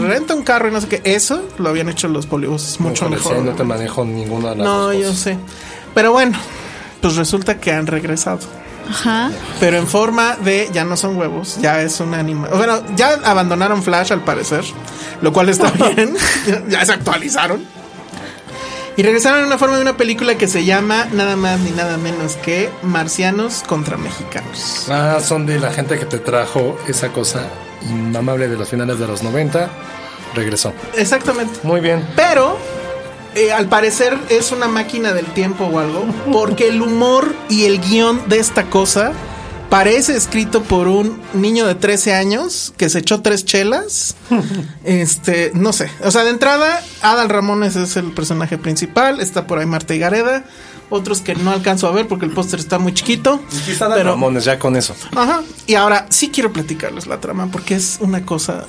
S6: re- renta un carro y no sé qué. Eso lo habían hecho los polibuses mucho
S4: Híjole, sí,
S6: mejor.
S4: No te manejo ninguna de las
S6: No,
S4: dos
S6: yo
S4: cosas.
S6: sé. Pero bueno, pues resulta que han regresado.
S5: Ajá.
S6: Pero en forma de ya no son huevos, ya es un animal. Bueno, ya abandonaron Flash al parecer, lo cual está bien. ya se actualizaron. Y regresaron en una forma de una película que se llama nada más ni nada menos que Marcianos contra Mexicanos.
S4: Ah, son de la gente que te trajo esa cosa inmamable de los finales de los 90. Regresó.
S6: Exactamente.
S4: Muy bien.
S6: Pero eh, al parecer es una máquina del tiempo o algo, porque el humor y el guión de esta cosa parece escrito por un niño de 13 años que se echó tres chelas. Este, no sé. O sea, de entrada, Adal Ramones es el personaje principal, está por ahí Marta y Gareda. Otros que no alcanzo a ver porque el póster está muy chiquito.
S4: Quizá Dan
S6: pero-
S4: Ramones, ya con eso.
S6: Ajá. Y ahora sí quiero platicarles la trama porque es una cosa.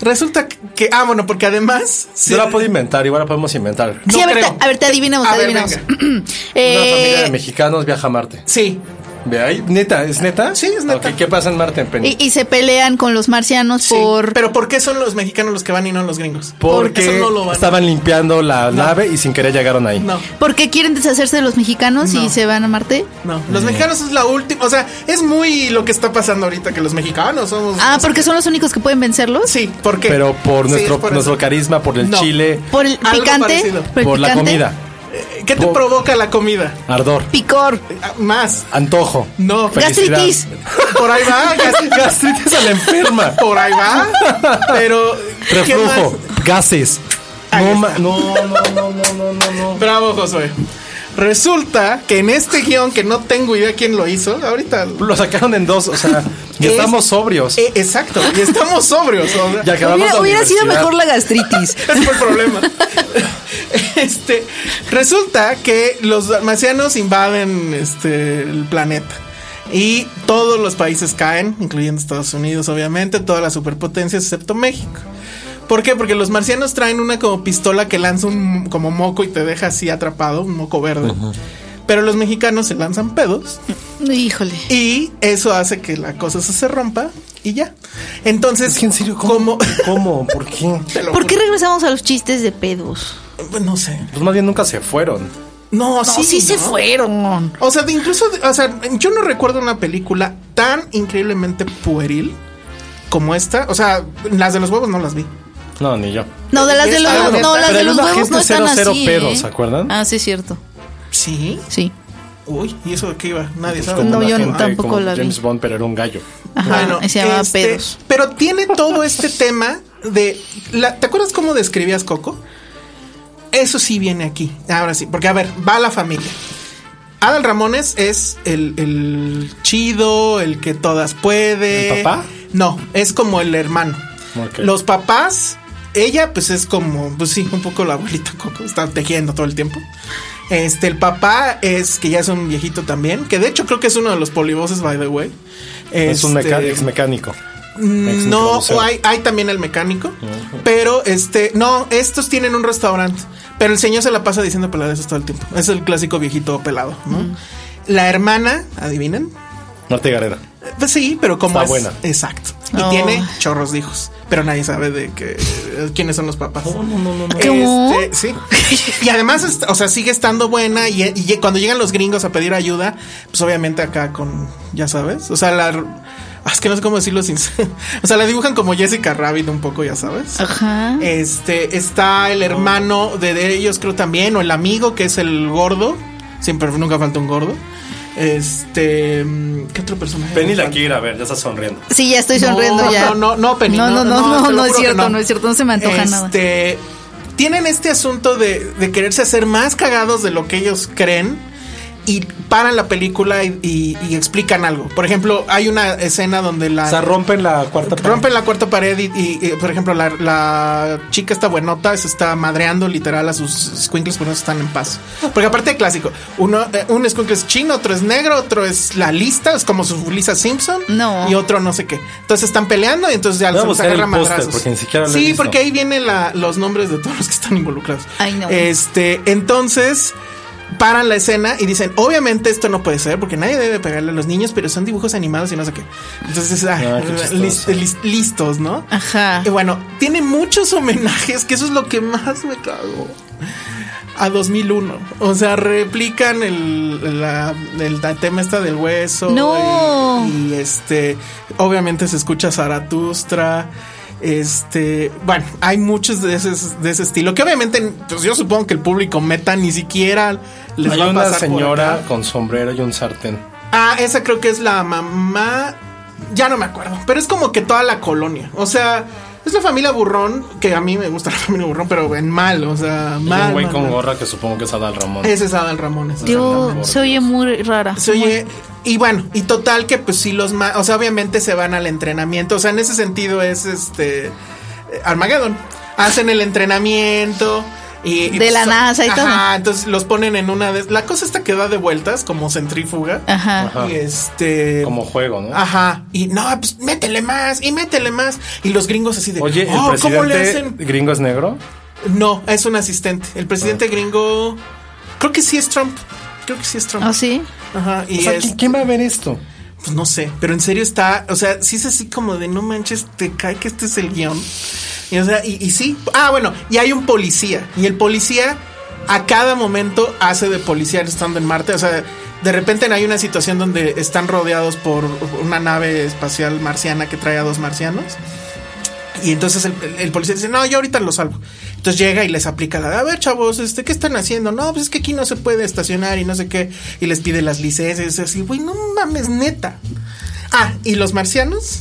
S6: Resulta que. Ah, bueno, porque además.
S4: Yo la puedo inventar, igual la podemos inventar.
S6: No
S5: sí, a ver,
S6: creo.
S5: te- a ver, te adivinamos,
S6: A
S5: te
S6: ver,
S5: adivinamos.
S4: Una familia de
S5: Eh,
S4: mexicanos viaja a Marte.
S6: Sí.
S4: Ve ahí, neta, ¿es neta?
S6: Sí, es neta.
S4: Ok, ¿Qué pasa en Marte, Penny?
S5: y, y se pelean con los marcianos
S6: sí.
S5: por...
S6: Pero ¿por qué son los mexicanos los que van y no los gringos?
S4: Porque
S6: Eso no lo van.
S4: estaban limpiando la nave y sin querer llegaron ahí.
S6: No,
S5: Porque quieren deshacerse de los mexicanos y
S6: No.
S5: se van a Marte.
S6: no.
S4: Mm.
S6: Los mexicanos es la última. O sea, es muy lo que está pasando ahorita que los mexicanos somos.
S5: Ah, porque son los únicos que pueden vencerlos.
S6: Sí, ¿por qué?
S4: Pero por
S6: Sí,
S4: nuestro,
S6: es por
S4: nuestro
S6: eso.
S4: carisma, por el
S6: No.
S4: chile,
S5: Por el
S6: Algo
S5: picante.
S6: parecido.
S5: el
S4: por la
S5: picante,
S4: comida,
S6: Eh, ¿Qué te
S4: Por-
S6: provoca la comida?
S4: ardor,
S5: Picor.
S6: Ah, Más.
S4: antojo.
S6: No.
S4: Felicidad.
S5: Gastritis.
S6: Por ahí va. gas-
S4: Gastritis a la enferma.
S6: Por ahí va. Pero. ¿qué
S4: Reflujo,
S6: más?
S4: gases.
S6: Ahí
S4: No,
S6: está.
S4: ma- no, no, no, no, no, no, no.
S6: Bravo, Josué. Resulta que en este guión, que no tengo idea quién lo hizo, ahorita.
S4: Lo sacaron en dos, o sea, y
S6: Es-
S4: estamos sobrios.
S6: Eh, exacto, y estamos sobrios. o sea,
S4: Ya acabamos
S5: Hubiera,
S4: la
S5: hubiera sido
S4: universidad.
S5: mejor la gastritis.
S6: Ese fue el problema. Este, resulta que los marcianos invaden este, el planeta. Y todos los países caen, incluyendo Estados Unidos, obviamente, todas las superpotencias, excepto México. ¿Por qué? Porque los marcianos traen una como pistola que lanza un como moco y te deja así atrapado, un moco verde. Pero los mexicanos se lanzan pedos
S5: Híjole.
S6: y eso hace que la cosa se, se rompa y ya. Entonces,
S4: Es que en serio,
S6: como-
S4: ¿cómo? ¿Cómo? ¿Por qué?
S6: te lo
S5: ¿Por qué regresamos a los chistes de pedos?
S6: juro, No sé.
S4: Pues más bien nunca se fueron.
S6: No,
S5: No,
S6: sí,
S5: sí, se
S6: ¿no?
S5: fueron.
S6: O sea, de incluso, o sea, yo no recuerdo una película tan increíblemente pueril como esta. O sea, las de los huevos no las vi.
S4: No, ni yo.
S5: No, de las de los,
S6: Ah, neta.
S5: no, las
S4: Pero
S5: de
S4: hay
S5: los
S4: una
S5: huevos
S4: gente
S5: no están
S4: cero, cero
S5: así.
S4: pedos,
S5: ¿eh?
S4: ¿se acuerdan?
S5: Ah, sí, es cierto.
S6: Sí.
S5: Sí.
S6: Uy, ¿y eso de qué iba? Nadie sabe.
S4: Pues Como
S5: No,
S4: la
S5: yo
S4: gente,
S5: tampoco
S4: como
S5: la vi.
S4: James Bond, pero era un gallo.
S5: Ajá.
S6: Bueno,
S5: se llamaba
S6: este,
S5: pedos.
S6: Pero tiene todo este tema de. la- ¿Te acuerdas cómo describías Coco? Eso sí viene aquí. Ahora sí, porque a ver, va la familia. Adal Ramones es el, el chido, el que todas puede.
S4: ¿El papá?
S6: No, es como el hermano.
S4: Ok.
S6: Los papás, ella pues es como, pues sí, un poco la abuelita Coco, está tejiendo todo el tiempo. Este, el papá es que ya es un viejito también, que de hecho creo que es uno de los polivoces, by the way. Este, mm,
S4: Es un meca- ex mecánico. Ex
S6: No,
S4: microbusero.
S6: o hay, hay también el mecánico, pero este, no, estos tienen un restaurante, pero el señor se la pasa diciendo peladeces todo el tiempo. Es el clásico viejito pelado, ¿no? La hermana, adivinen.
S4: Marta y Gareda.
S6: Eh, Pues sí, pero como
S4: Está
S6: es.
S4: buena.
S6: Exacto. Y
S5: No.
S6: tiene chorros de hijos, pero nadie sabe de que, quiénes son los papás.
S3: Oh,
S5: ¿Cómo?
S6: Este, sí. Y además, est- o sea, sigue estando buena. Y, y cuando llegan los gringos a pedir ayuda, pues obviamente acá con, ya sabes, o sea, la. ah, Es que no sé cómo decirlo sin. O sea, la dibujan como Jessica Rabbit un poco, ya sabes.
S5: Ajá.
S6: Este está el hermano de, de ellos, creo también, o el amigo que es el gordo. Siempre, nunca falta un gordo. Este. mm, ¿Qué otro personaje?
S4: Penny
S6: Me
S4: la
S6: falta?
S4: quiere ir a ver, ya está sonriendo.
S5: Sí, ya estoy
S6: No,
S5: sonriendo ya.
S6: no, no, no, Penny,
S5: No, no, no, no,
S6: te lo
S5: no es
S6: juro que
S5: cierto, no. es cierto, no se me antoja nada.
S6: Este, Tienen este asunto de, de quererse hacer más cagados de lo que ellos creen. Y paran la película y, y- y explican algo. Por ejemplo, hay una escena donde la.
S4: O sea, rompen la cuarta pared.
S6: Rompen la cuarta pared y, y, y, por ejemplo, la, la chica está buenota, se está madreando literal a sus squinkles, pero no están en paz. Porque aparte de clásico, uno, eh, un squinkle es chino, otro es negro, otro es la lista, es como su Lisa Simpson.
S5: No.
S6: Y otro no sé qué. Entonces están peleando y entonces ya
S4: Voy a
S6: se
S4: buscar
S6: agarra
S4: el póster,
S6: madrazos.
S4: porque ni siquiera lo he
S6: Sí,
S4: visto.
S6: porque ahí vienen la- los nombres de todos los que están involucrados.
S5: Ay, no.
S6: Este, entonces paran la escena y dicen, obviamente esto no puede ser porque nadie debe pegarle a los niños, pero son dibujos animados y no sé qué. Entonces, ay,
S4: Ah, qué chistoso.
S6: lis- lis- listos, ¿no?
S5: Ajá.
S6: Y bueno, tiene muchos homenajes, que eso es lo que más me cago. A 2001. O sea, replican el, la- el, la tema esta del hueso.
S5: No.
S6: Y, y, este, obviamente se escucha Zaratustra. Este, bueno, hay muchos de ese, de ese estilo. Que obviamente, pues yo supongo que el público meta ni siquiera les
S4: Hay
S6: va a
S4: una
S6: pasar por
S4: señora
S6: acá.
S4: con sombrero y un sartén.
S6: Ah, esa creo que es la mamá. Ya no me acuerdo, pero es como que toda la colonia. O sea, es la familia burrón, que a mí me gusta la familia burrón, pero en mal, o sea,
S4: Y
S6: mal.
S4: un güey
S6: mal,
S4: con
S6: mal.
S4: gorra que supongo que es Adal Ramón.
S6: Ese es Adal Ramones.
S5: Yo se oye muy rara.
S6: Se oye- y bueno, y total que pues sí los más, o sea, obviamente se van al entrenamiento, o sea, en ese sentido es este eh, Armageddon. Hacen el entrenamiento y, y,
S5: De
S6: pues,
S5: la
S6: son-
S5: NASA y
S6: Ajá,
S5: todo.
S6: entonces los ponen en una de la cosa esta que da de vueltas como centrífuga.
S5: Ajá.
S4: Ajá.
S6: Y este
S4: Como juego, ¿no?
S6: Ajá, y no, pues métele más y métele más y los gringos así de,
S4: Oye,
S6: "Oh,
S4: ¿el
S6: ¿cómo le
S4: presidente
S6: hacen?
S4: gringo es negro?
S6: No, es un asistente. El
S4: Ah.
S6: presidente gringo creo que sí es Trump. Creo que sí es Trump.
S5: ¿O ¿Ah, sí?
S6: Ajá, y
S4: Ah,
S6: este,
S4: O sea,
S6: es-
S4: ¿qui- ¿quién va a ver esto?
S6: pues no sé, pero en serio está, o sea, sí es así como de no manches, te cae que este es el guión. Y, o sea, y, y sí, ah, bueno, y hay un policía, y el policía a cada momento hace de policía estando en Marte, o sea, de repente hay una situación donde están rodeados por una nave espacial marciana que trae a dos marcianos. Y entonces el, el- el policía dice, no, yo ahorita lo salvo. Entonces llega y les aplica la de, a ver, chavos, este, ¿qué están haciendo? No, pues es que aquí no se puede estacionar y no sé qué. Y les pide las licencias, y así, güey, no mames, neta. Ah, y los marcianos,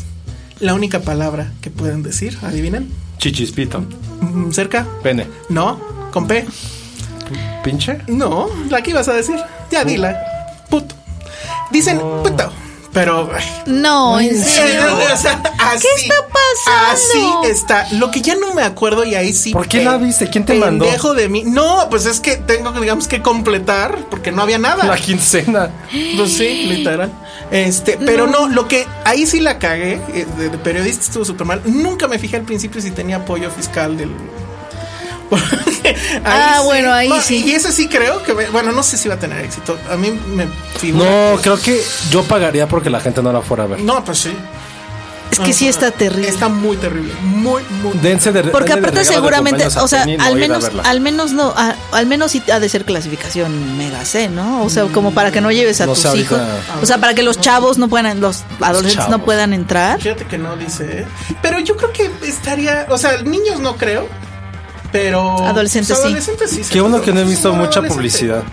S6: la única palabra que pueden decir, adivinen,
S4: Chichispito.
S6: Mm, cerca,
S4: Pene.
S6: no, con P,
S4: ¿Pinche?
S6: no, la que ibas a decir, ya dila, puto. Dicen puto, pero... ay,
S5: No, en serio.
S6: o sea, así,
S5: ¿Qué está pasando?
S6: Así está. Lo que ya no me acuerdo y ahí sí.
S4: ¿Por qué
S6: pe-
S4: la viste? ¿Quién te mandó?
S6: Pendejo de mí. No, pues es que tengo, digamos, que completar porque no había nada.
S4: La quincena.
S6: Pues sí, literal. Este, pero no. lo que ahí sí la cagué, eh, de, de periodista estuvo súper mal. Nunca me fijé al principio si tenía apoyo fiscal del. Porque ahí
S5: Ah, bueno, ahí
S6: No,
S5: sí.
S6: Y ese sí creo que, me- bueno, no sé si va a tener éxito. A mí me figura.
S4: No, creo que yo pagaría porque la gente no la fuera a ver.
S6: No, pues sí.
S5: Es que sí está terrible.
S6: Está muy terrible. Muy, muy.
S4: Dense de
S5: Porque
S4: denle de
S5: aparte
S4: regalo de
S5: seguramente,
S4: cumpleaños a
S5: o sea,
S4: Penny y no
S5: al
S4: ir a
S5: menos,
S4: verla.
S5: al menos no, a- al menos sí ha de ser clasificación mega C, ¿no? O sea, como para que no lleves a
S4: No
S5: tus
S4: sé, ahorita-
S5: hijos, o sea, para que los chavos no puedan, los adolescentes
S4: chavos.
S5: no puedan entrar.
S6: Fíjate que no dice, ¿eh? Pero yo creo que estaría. O sea, niños no creo. Pero. pues,
S5: Adolescentes sí.
S6: adolescentes sí.
S4: Qué bueno que no he
S6: seguro.
S4: visto
S6: Sí,
S4: mucha
S6: adolescente.
S4: publicidad.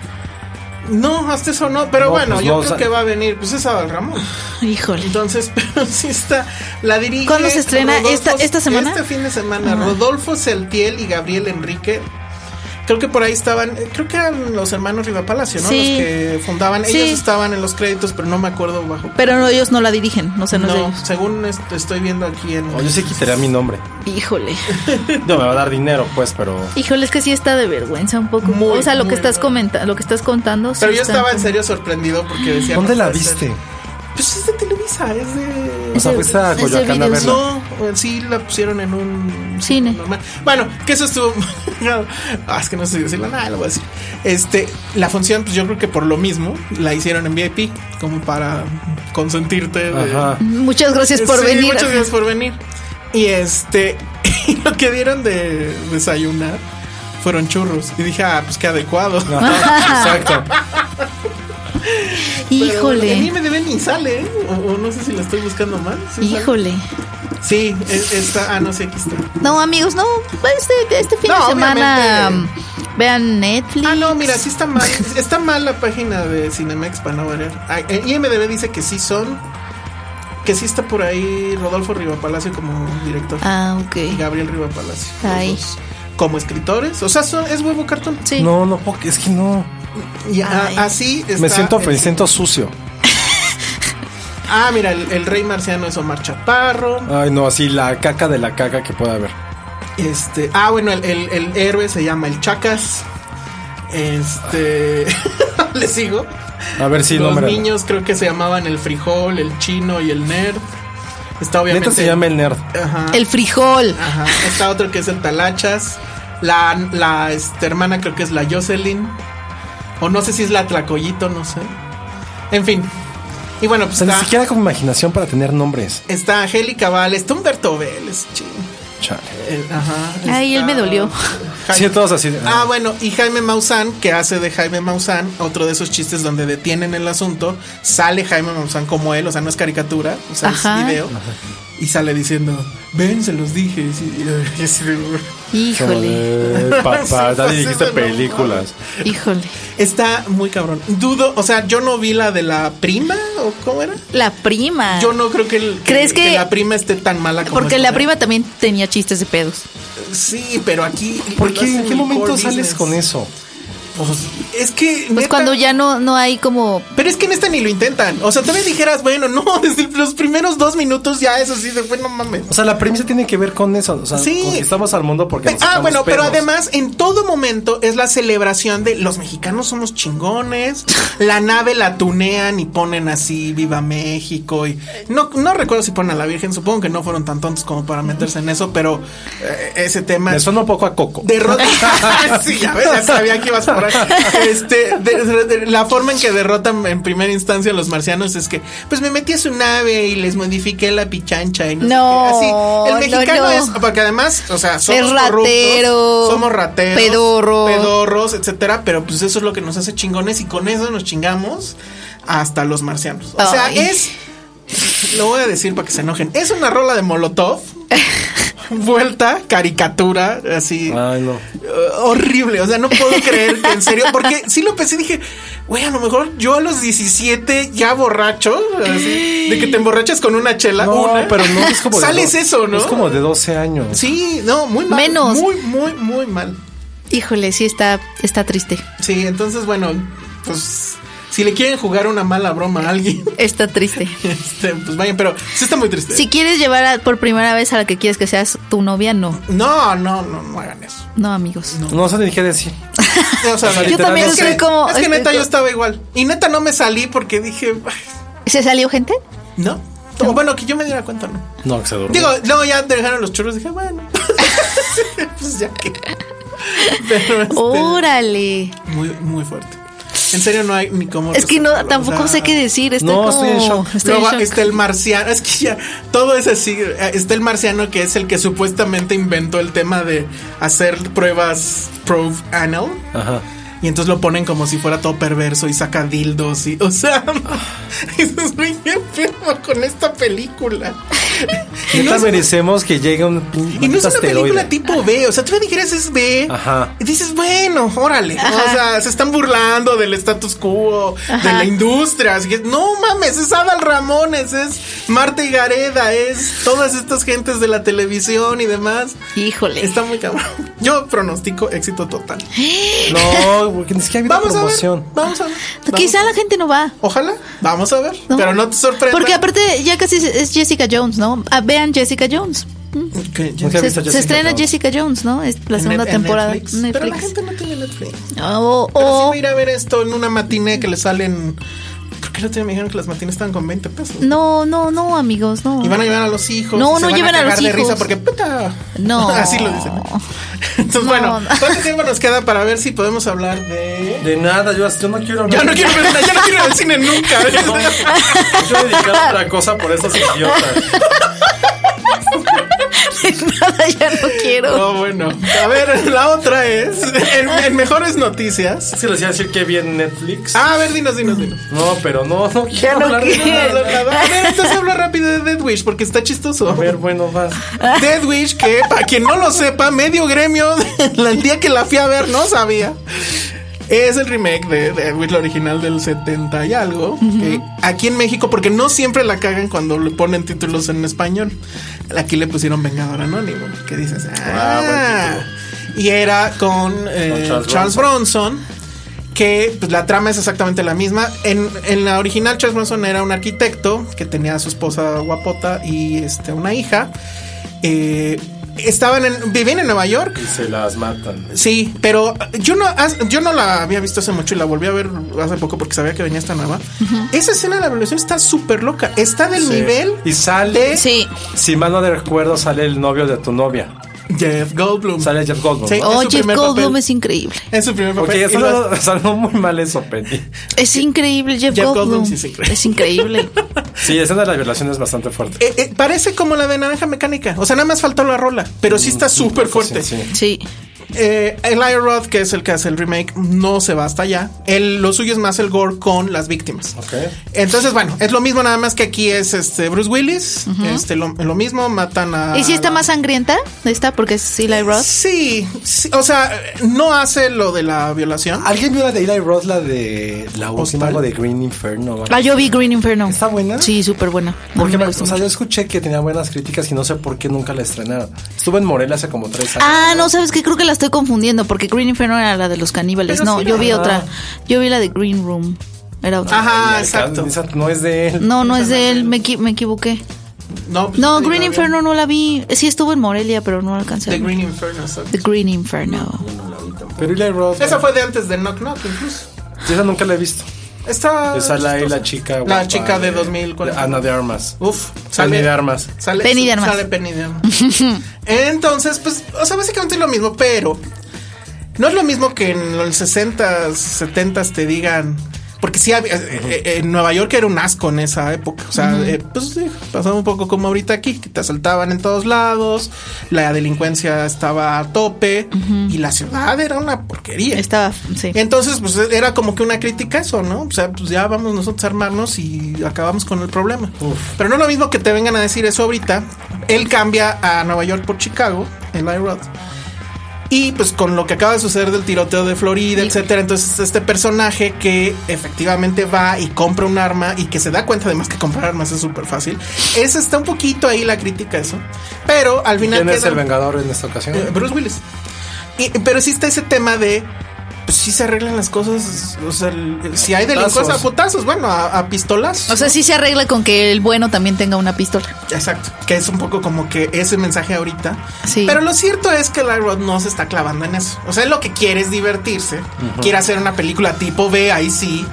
S6: No, hasta eso no. Pero
S4: No,
S6: bueno,
S4: pues
S6: yo
S4: no,
S6: creo
S4: o sea-
S6: que va a venir. Pues es Adal Ramón.
S5: Híjole.
S6: Entonces, pero sí está. La dirige.
S5: ¿Cuándo se estrena?
S6: Rodolfo-
S5: ¿Esta- esta semana?
S6: Este fin de semana. Rodolfo Celtiel y Gabriel Enrique. Creo que por ahí estaban, creo que eran los hermanos Riva Palacio, ¿no?
S5: Sí.
S6: Los que fundaban.
S5: Sí.
S6: Ellos estaban en los créditos, pero no me acuerdo bajo.
S5: Pero no, ellos no la dirigen, no sé, no,
S6: No,
S5: sé.
S6: según est- estoy viendo aquí en.
S4: No, Oh, yo sí quitaría mi nombre.
S5: Híjole.
S4: No, me va a dar dinero, pues, pero.
S5: Híjole, es que sí está de vergüenza un poco.
S6: Muy,
S5: o sea, lo que
S6: muy
S5: estás
S6: mal.
S5: comentando, lo que estás contando. sí
S6: Pero yo
S5: está
S6: estaba en
S5: como-
S6: serio sorprendido porque decía.
S4: ¿Dónde
S6: no
S4: la
S6: puede ser.
S4: viste?
S6: Pues es de Televisa, es de.
S4: O sea,
S5: Ese-
S4: fuiste a
S5: ese
S4: Coyoacán a
S5: video,
S4: verla.
S6: No, eh, sí la pusieron en un
S5: Cine.
S6: normal. Bueno, que eso estuvo. Ah, es que no sé decirlo nada, lo voy a decir. Este, la función, pues yo creo que por lo mismo la hicieron en VIP, como para consentirte. de-
S4: Ajá.
S5: Muchas gracias por
S6: Sí,
S5: venir.
S6: Muchas gracias por venir. Y este, y lo que dieron de desayunar fueron churros. Y dije, ah, pues qué adecuado.
S4: Exacto.
S6: Pero pues, A mí
S5: Híjole.
S6: me deben y sale, ¿eh? o, o no sé si la estoy buscando mal. ¿Sí sale?
S5: Híjole.
S6: Sí, es- está. Ah, no, sí, aquí está.
S5: No, amigos, no. Este, este fin
S6: No,
S5: de semana
S6: obviamente.
S5: mm, vean Netflix.
S6: Ah, no, mira, sí está mal. Está mal la página de Cinemex para no variar. Ah, eh, IMDB dice que sí son. Que sí está por ahí Rodolfo Rivapalacio como director.
S5: Ah,
S6: Y
S5: ok.
S6: Gabriel Rivapalacio. los
S5: Ay.
S6: dos, Como escritores. O sea, son- es huevo cartón.
S5: Sí.
S4: No, no, puedo- es que no.
S6: Y a-
S5: Ay.
S6: así está.
S4: Me siento,
S6: el-
S4: me siento sucio.
S6: Ah, mira, el, el rey marciano es Omar Chaparro.
S4: Ay, no, así la caca de la caca que pueda haber.
S6: Este, ah, bueno, el, el- el héroe se llama el Chacas. Este, le sigo.
S4: A ver si no
S6: Los
S4: me
S6: niños creo que se llamaban el frijol, el chino y el nerd. Está obviamente.
S4: Neta se llama el nerd.
S6: Ajá,
S5: El frijol.
S6: ajá. Está otro que es el Talachas. La, la este, hermana creo que es la Jocelyn. O no sé si es la Tlacoyito, no sé. En fin. Y bueno,
S4: O
S6: pues
S4: sea, ni
S6: está,
S4: siquiera con imaginación para tener nombres.
S6: está Angélica Vales, está Humberto Vélez, ching.
S4: Chale.
S6: Eh, ajá.
S5: Ay, él
S6: está-
S5: me dolió.
S4: Sí,
S6: Jaime-
S4: todos así. de-
S6: Ah, bueno, y Jaime Maussan, que hace de Jaime Maussan, otro de esos chistes donde detienen el asunto, sale Jaime Maussan como él, o sea, no es caricatura, o sea,
S5: Ajá.
S6: es video. Y sale diciendo, ven, se los dije. Y- y- y así de,
S5: Híjole,
S4: Joder, Papá, ya dirigiste
S6: Sí, sí, sí,
S4: películas.
S5: híjole.
S6: Está muy cabrón. Dudo, o sea, yo no vi la de la prima, ¿o cómo era?
S5: La prima.
S6: Yo no creo que, el-
S5: Ah. ¿Crees que-
S6: la prima esté tan mala como ¿eh?
S5: Porque
S6: esta.
S5: la prima también tenía chistes de pedos.
S6: Sí, pero aquí.
S4: ¿Por
S6: lo
S4: qué?
S6: hacen
S4: ¿En qué
S6: el
S4: momento
S6: core
S4: sales
S6: business.
S4: con eso?
S6: Pues, es que.
S5: Pues
S6: neta-
S5: cuando ya no, no hay como.
S6: Pero es que en esta ni lo intentan. O sea, todavía dijeras, bueno, no, desde los primeros dos minutos ya eso sí, de bueno, mames.
S4: O sea, la premisa tiene que ver con eso. O sea,
S6: Sí.
S4: conquistamos al mundo porque nos
S6: ah,
S4: echamos
S6: bueno, pero
S4: pedos.
S6: además en todo momento es la celebración de los mexicanos somos chingones, la nave la tunean y ponen así viva México y no no recuerdo si ponen a la Virgen, supongo que no fueron tan tontos como para meterse en eso, pero eh, ese tema
S4: Me suena un poco a Coco.
S6: de Ro- sí, ya ves, ya sabía que ibas por ahí. Este, de- de- de- la forma en que derrotan en primera instancia a los marcianos es que, pues me metí a su nave y les modifiqué la pichancha y no, sé qué.
S5: No,
S6: Así, el
S5: no,
S6: mexicano
S5: no.
S6: es, porque además, o sea, somos
S5: Es ratero,
S6: corruptos, somos rateros,
S5: pedorro.
S6: pedorros, etcétera, pero pues eso es lo que nos hace chingones y con eso nos chingamos hasta los marcianos. O sea,
S5: Ay.
S6: es lo voy a decir para que se enojen. Es una rola de Molotov. Vuelta, caricatura, así.
S4: Ay, no.
S6: Eh, horrible. O sea, no puedo creer que en serio. Porque sí lo pensé y dije, güey, a lo mejor yo a los 17 ya borracho, así, de que te emborrachas con una chela.
S4: No,
S6: una,
S4: pero no es como de
S6: Sales
S4: do-
S6: eso, ¿no?
S4: Es como de 12 años.
S6: Sí, no, muy mal.
S5: Menos.
S6: Muy, muy, muy mal.
S5: Híjole, sí está, está triste.
S6: Sí, entonces, bueno, pues si le quieren jugar una mala broma a alguien,
S5: Está triste.
S6: este, pues vayan, pero sí está muy triste.
S5: Si quieres llevar a- por primera vez a la que quieres que seas tu novia, no.
S6: No, no, no, no hagan eso.
S5: No, amigos.
S4: No sé ni qué decir.
S6: O sea,
S5: Yo también
S6: es
S5: estoy
S6: que-
S5: como- este,
S6: Es que
S5: estoy
S6: neta yo
S5: co-
S6: estaba igual. Y neta no me salí porque dije. "Ay,
S5: ¿Se salió gente?
S6: No. O bueno, que yo me diera cuenta, no.
S4: No, que se durmió.
S6: Digo, luego ya dejaron los churros. Dije, bueno. pues ya que. Pero este,
S5: Órale.
S6: muy, muy fuerte. En serio, no hay ni cómo.
S5: Es que no,
S6: resolverlo,
S5: tampoco
S6: o sea,
S5: sé qué decir. Estoy
S4: no,
S5: como-
S4: estoy en shock.
S5: estoy en
S6: luego
S5: shock.
S6: está el marciano, es que ya todo es así. eh, Está el marciano que es el que supuestamente inventó el tema de hacer pruebas probe anal.
S4: Ajá.
S6: Y entonces lo ponen como si fuera todo perverso y saca dildos y, o sea, eso es muy enfermo con esta película. Y no
S4: Neta
S6: es,
S4: merecemos que llegue un pin-
S6: y no es una
S4: asteroide.
S6: película tipo B, o sea, tú me dijeras es B.
S4: Ajá.
S6: Y dices, bueno, órale, o sea, se están burlando del status quo, de la industria, así que no mames, es Adal Ramones, es Marta y Gareda, es todas estas gentes de la televisión y demás.
S5: Híjole.
S6: Está muy cabrón. Yo pronostico éxito total.
S4: No, porque ni siquiera ha habido
S6: Vamos a ver.
S4: promoción.
S6: Vamos a ver. Vamos
S5: Quizá la gente no va.
S6: Ojalá, vamos a ver.
S5: No.
S6: Pero no te sorprenda.
S5: Porque aparte ya casi es- es Jessica Jones, ¿no? Ah, vean Jessica Jones.
S4: Nunca
S6: Que-
S4: he
S5: Se,
S4: visto a
S5: se
S4: Jessica
S5: estrena
S4: Jones.
S5: Jessica Jones, ¿no? Es Pues la
S6: en
S5: segunda
S6: Net- en
S5: temporada.
S6: Netflix.
S5: Netflix. Oh,
S6: Pero la gente no tiene Netflix.
S5: O,
S6: Pero sí
S5: o-
S6: voy a ir a ver esto en una matiné que le salen. ¿Por qué no te me dijeron que las matines estaban con 20 pesos?
S5: no, no, no, amigos, no.
S6: Y van a llevar a los hijos.
S5: No,
S6: y se
S5: no
S6: van
S5: lleven a los
S6: cagar de
S5: hijos.
S6: risa porque puta.
S5: No.
S6: Así lo dicen. Entonces,
S5: No,
S6: bueno,
S5: no.
S6: ¿cuánto tiempo nos queda para ver si podemos hablar de.
S4: De nada, yo, yo no quiero
S6: Ya
S4: hablar.
S6: no quiero ver, ya no quiero ir al cine nunca.
S4: Yo dedicar otra cosa por estos idiotas.
S5: Nada, ya no quiero.
S6: No, Oh, bueno. A ver, la otra es. En, en mejores noticias.
S4: Es que les iba a decir que bien Netflix.
S6: Ah, a ver, dinos, dinos, dinos.
S4: No, pero no, no quiero
S5: no
S4: hablar de
S5: quiero.
S4: nada.
S6: No, no, no, no. A ver, entonces habla rápido de Dead Wish porque está chistoso.
S4: A ver, bueno, vas.
S6: Dead Wish, que para quien no lo sepa, medio gremio, el día que la fui a ver, no sabía. Es el remake de Dead Wish, la original del 70 y algo. que Aquí en México, porque no siempre la cagan cuando le ponen títulos en español. Aquí le pusieron Vengador Anónimo, que dices.
S4: Ah,
S6: Ah, y era con, eh,
S4: Con Charles
S6: Charles, Bronson. que pues, la trama es exactamente la misma. En, en la original Charles Bronson era un arquitecto que tenía a su esposa guapota y este, una hija. Eh, estaban en, vivían en Nueva York.
S4: Y se las matan.
S6: Sí, pero yo no, as- yo no la había visto hace mucho y la volví a ver hace poco porque sabía que venía esta nueva. Esa escena de la evolución está súper loca. Está del
S4: Sí.
S6: nivel
S4: Y sale.
S5: Sí.
S4: Si mal no recuerdo, sale el novio de tu novia.
S6: Jeff Goldblum.
S4: Sale Jeff Goldblum.
S6: Sí. Es su
S5: Oye,
S6: primer
S5: Goldblum
S6: papel.
S5: es increíble.
S6: Es su primer papel.
S4: Porque
S6: Y lo-
S4: salió, salió muy mal eso, Penny.
S5: Es increíble, Jeff,
S6: Jeff Goldblum
S5: Goldblum.
S6: sí es increíble.
S5: Es increíble.
S4: Sí, esa de la violación es bastante fuerte.
S6: Eh, eh, parece como la de Naranja Mecánica. O sea, nada más faltó la rola, pero Mm, sí está súper fuerte.
S4: Sí, sí.
S5: Sí.
S6: Eh, Eli Roth, que es el que hace el remake, no se va hasta allá. Él- lo suyo es más el gore con las víctimas.
S4: Ok.
S6: Entonces, bueno, es lo mismo, nada más que aquí es este Bruce Willis. Este lo, lo mismo, matan a.
S5: ¿Y si está
S6: la-
S5: más sangrienta? ¿Esta? Porque es Eli Roth.
S6: Sí, sí, o sea, no hace lo de la violación.
S4: ¿Alguien vio la de Eli Roth, la de la última,
S6: Postal.
S4: algo de Green Inferno?
S5: Ah, yo vi Green Inferno.
S4: ¿Está buena?
S5: Sí, súper buena.
S4: Porque,
S5: Porque
S4: me- o sea, yo escuché que tenía buenas críticas y no sé por qué nunca la estrenaron. Estuve en Morelia hace como tres años.
S5: Ah, no, ¿sabes qué? Creo que la estoy confundiendo porque Green Inferno era la de los caníbales.
S6: Pero
S5: No,
S6: sí
S5: yo
S6: era.
S5: vi otra. Yo vi la de Green Room. Era otra.
S6: Ajá,
S4: Y
S6: Ah, exacto.
S4: esa no es de él.
S5: No, no es de él, me, equi- me equivoqué.
S6: No, pues,
S5: No,
S6: sí,
S5: Green
S6: la-
S5: Inferno no la vi. Sí estuvo en Morelia, pero no la alcancé. a
S6: The
S5: ver.
S6: Green Inferno, exacto.
S5: The Green Inferno.
S4: Pero Eli Roth,
S6: Esa fue de antes de Knock Knock, incluso.
S4: esa nunca la he visto.
S6: Está.
S4: Esa la,
S6: Ah, chistosa.
S4: la chica.
S6: La
S4: guapa
S6: chica de 2040.
S4: Ana de Armas.
S6: Uf,
S4: Penny de Armas.
S6: Sale,
S5: Penny de Armas.
S6: Sale Penny de Armas. Entonces, pues, o sea, básicamente es lo mismo, pero no es lo mismo que en los 60s, 70s te digan. Porque sí, había- eh, eh, en Nueva York era un asco en esa época. O sea, eh, pues sí, pasaba un poco como ahorita aquí, que te asaltaban en todos lados, la delincuencia estaba a tope y la ciudad era una porquería.
S5: Estaba, sí.
S6: Entonces, pues era como que una crítica eso, ¿no? O sea, pues ya vamos nosotros a armarnos y acabamos con el problema. Pero no es lo mismo que te vengan a decir eso ahorita. Él cambia a Nueva York por Chicago, el Roth. Y pues con lo que acaba de suceder del tiroteo de Florida,
S5: Sí.
S6: etcétera, entonces este personaje que efectivamente va y compra un arma y que se da cuenta además que comprar armas es súper fácil, esa está un poquito ahí la crítica eso, pero al final
S4: ¿Quién es
S6: queda-
S4: el Vengador en esta ocasión?
S6: eh, Bruce Willis. Y- pero sí está ese tema de. Pues sí se arreglan las cosas. O sea, el- el- si hay delincuencia a
S4: Putazos.
S6: putazos, bueno, a, a pistolazos.
S5: O sea, sí se arregla con que el bueno también tenga una pistola.
S6: Exacto. Que es un poco como que ese mensaje ahorita.
S5: Sí.
S6: Pero lo cierto es que Lyrod no se está clavando en eso. O sea, él lo que quiere es divertirse. Quiere hacer una película tipo B, ahí sí.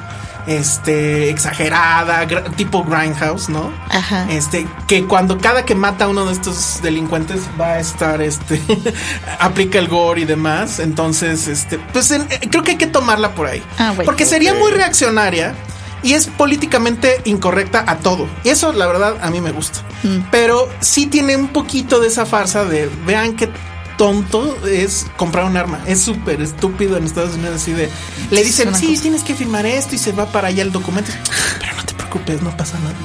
S6: Este, exagerada, gr- tipo Grindhouse, ¿no?
S5: Ajá.
S6: Este, que cuando cada que mata a uno de estos delincuentes va a estar, este, aplica el gore y demás. Entonces, este, pues en- eh, creo que hay que tomarla por ahí.
S5: Ah, güey.
S6: Porque sería muy reaccionaria y es políticamente incorrecta a todo. Y eso, la verdad, a mí me gusta.
S5: Mm.
S6: Pero sí tiene un poquito de esa farsa de vean qué tonto es comprar un arma. Es súper estúpido en Estados Unidos así de le dicen,
S5: Suena
S6: sí,
S5: justo.
S6: tienes que firmar esto y se va para allá el documento. Pero no te preocupes, no pasa nada.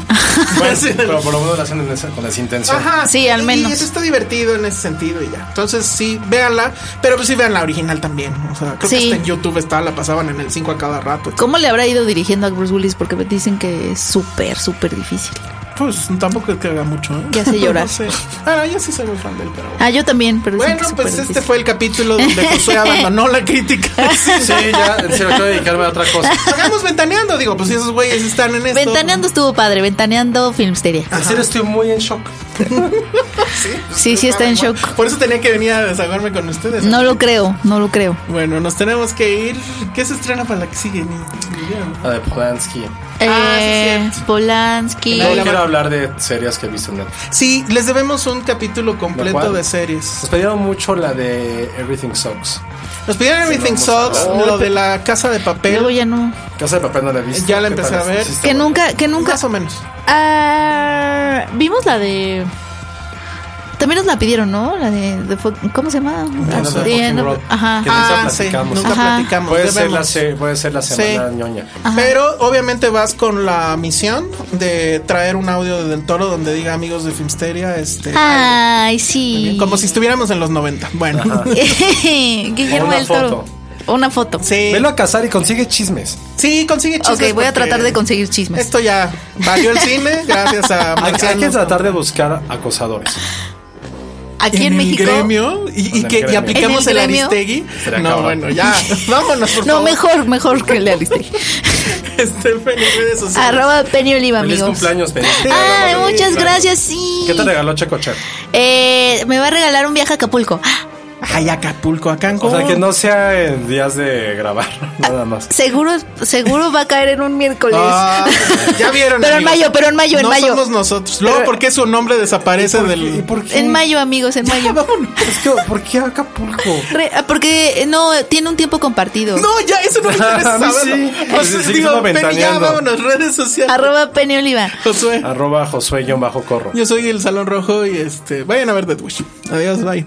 S4: Bueno,
S6: Así de-
S4: pero por lo menos la hacen en esa- con esa intención.
S6: Ajá,
S5: Sí, al
S6: y-
S5: menos.
S6: Y eso está divertido en ese sentido y ya. Entonces, sí, véanla, pero pues sí vean la original también. O sea, creo que
S5: Sí.
S6: hasta en YouTube estaba, la pasaban en el 5 a cada rato.
S5: ¿Cómo le habrá ido dirigiendo a Bruce Willis? Porque me dicen que es súper, súper difícil.
S6: Pues tampoco es que haga mucho. ¿eh?
S5: Ya sé llorar.
S6: No sé. Ah, yo sí soy muy fan de él, pero bueno.
S5: Ah, yo también, pero dicen que
S6: Bueno,
S5: es
S6: pues
S5: superdifícil.
S6: este fue el capítulo donde Josué abandonó la crítica.
S4: Sí, ya, en serio, quiero dedicarme a otra cosa.
S6: Hagamos ventaneando, digo, pues si esos güeyes están en esto. Ah,
S5: Ventaneando estuvo padre, ventaneando Filmsteria.
S4: En serio, estoy muy en shock.
S5: Sí, sí está en shock.
S6: Por eso tenía que venir a desahogarme con ustedes.
S5: No lo creo, no lo creo.
S6: Bueno, nos tenemos que ir. ¿Qué se estrena para la que sigue? Ni- ni idea, ¿no?
S4: La de Polanski.
S6: Ah,
S5: Eh,
S6: sí,
S5: Polanski.
S4: No
S6: la-
S4: quiero hablar de series que he visto en Netflix.
S6: Sí, les debemos un capítulo
S4: ¿De
S6: completo
S4: cuál?
S6: de series.
S4: Nos pidieron mucho la de Everything Sucks.
S6: Nos pidieron Everything
S4: Sí, no,
S6: Sucks,
S4: no,
S6: lo de la casa de
S5: Luego
S6: papel.
S5: ya no.
S4: Casa de Papel no la he visto.
S6: Ya la
S4: ¿Qué
S6: empecé
S4: tal?
S6: a ver.
S4: Sí, está
S5: Que
S4: buena.
S5: nunca, que nunca.
S6: Más o menos.
S5: Ah, vimos la de. También nos la pidieron, ¿no? La de. de fu- ¿Cómo se llama?
S4: Ah, la de
S5: The
S4: Fucking
S5: End of-
S4: Road.
S5: Ajá.
S4: Que nunca
S6: Ah, sí,
S4: platicamos.
S6: nunca
S5: Ajá.
S6: platicamos.
S4: Puede ser, la
S6: debemos.
S4: se- puede ser la semana
S6: Sí.
S4: ñoña.
S6: Pero obviamente vas con la misión de traer un audio de Del Toro donde diga amigos de Filmsteria, este,
S5: Ay, sí.
S6: como si estuviéramos en los 90. Bueno,
S5: Guillermo
S4: Una
S5: del Toro. Una foto.
S6: sí,
S4: Velo a cazar y consigue chismes.
S6: sí, consigue chismes.
S5: Ok, voy a
S6: porque
S5: tratar de conseguir chismes.
S6: Esto ya valió el cine gracias a
S4: Hay, hay
S6: Marciano.
S4: que tratar de buscar acosadores.
S5: Aquí en,
S6: el
S5: México.
S6: gremio y, y
S4: En el
S6: que y
S4: gremio.
S6: aplicamos
S5: ¿En
S6: el,
S5: el gremio?
S6: Aristegui.
S4: Será
S6: No,
S4: cabrón.
S6: bueno, ya. Vámonos, por
S5: No,
S6: favor.
S5: mejor, mejor que le aliste.
S6: Este, en redes sociales.
S5: Arroba Penny Oliva,
S4: Feliz
S5: amigos.
S4: cumpleaños, Penny.
S6: Ah,
S5: Ay, muchas
S4: Cumpleaños.
S5: gracias, sí.
S4: ¿Qué te regaló Checocher?
S5: Eh, me va a regalar un viaje a Acapulco.
S6: Ay, Acapulco, a Cancún.
S4: O sea, que no sea en días de grabar, nada más.
S5: Seguro, seguro va a caer en un miércoles.
S6: Ah, ya vieron.
S5: Pero en
S6: amigos.
S5: mayo, pero en mayo, en
S6: no
S5: mayo.
S6: somos nosotros. Luego,
S5: Pero-
S6: ¿por qué su nombre desaparece del.
S4: por qué?
S5: En mayo, amigos, en mayo.
S4: Es que, ¿por qué Acapulco?
S5: Re- ah, porque eh, no tiene un tiempo compartido.
S6: No, ya, eso no me interesa
S4: A mí
S6: saberlo.
S4: sí.
S6: O sea,
S4: Sí, sí,
S6: digo,
S4: sigo
S6: Penny, ya
S4: ventaneando.
S6: vámonos, redes sociales.
S5: Arroba Penny Oliva.
S6: Josué.
S4: Arroba Josué-Corro.
S6: Yo soy el Salón Rojo y este. Vayan a ver Death Wish. Adiós, bye.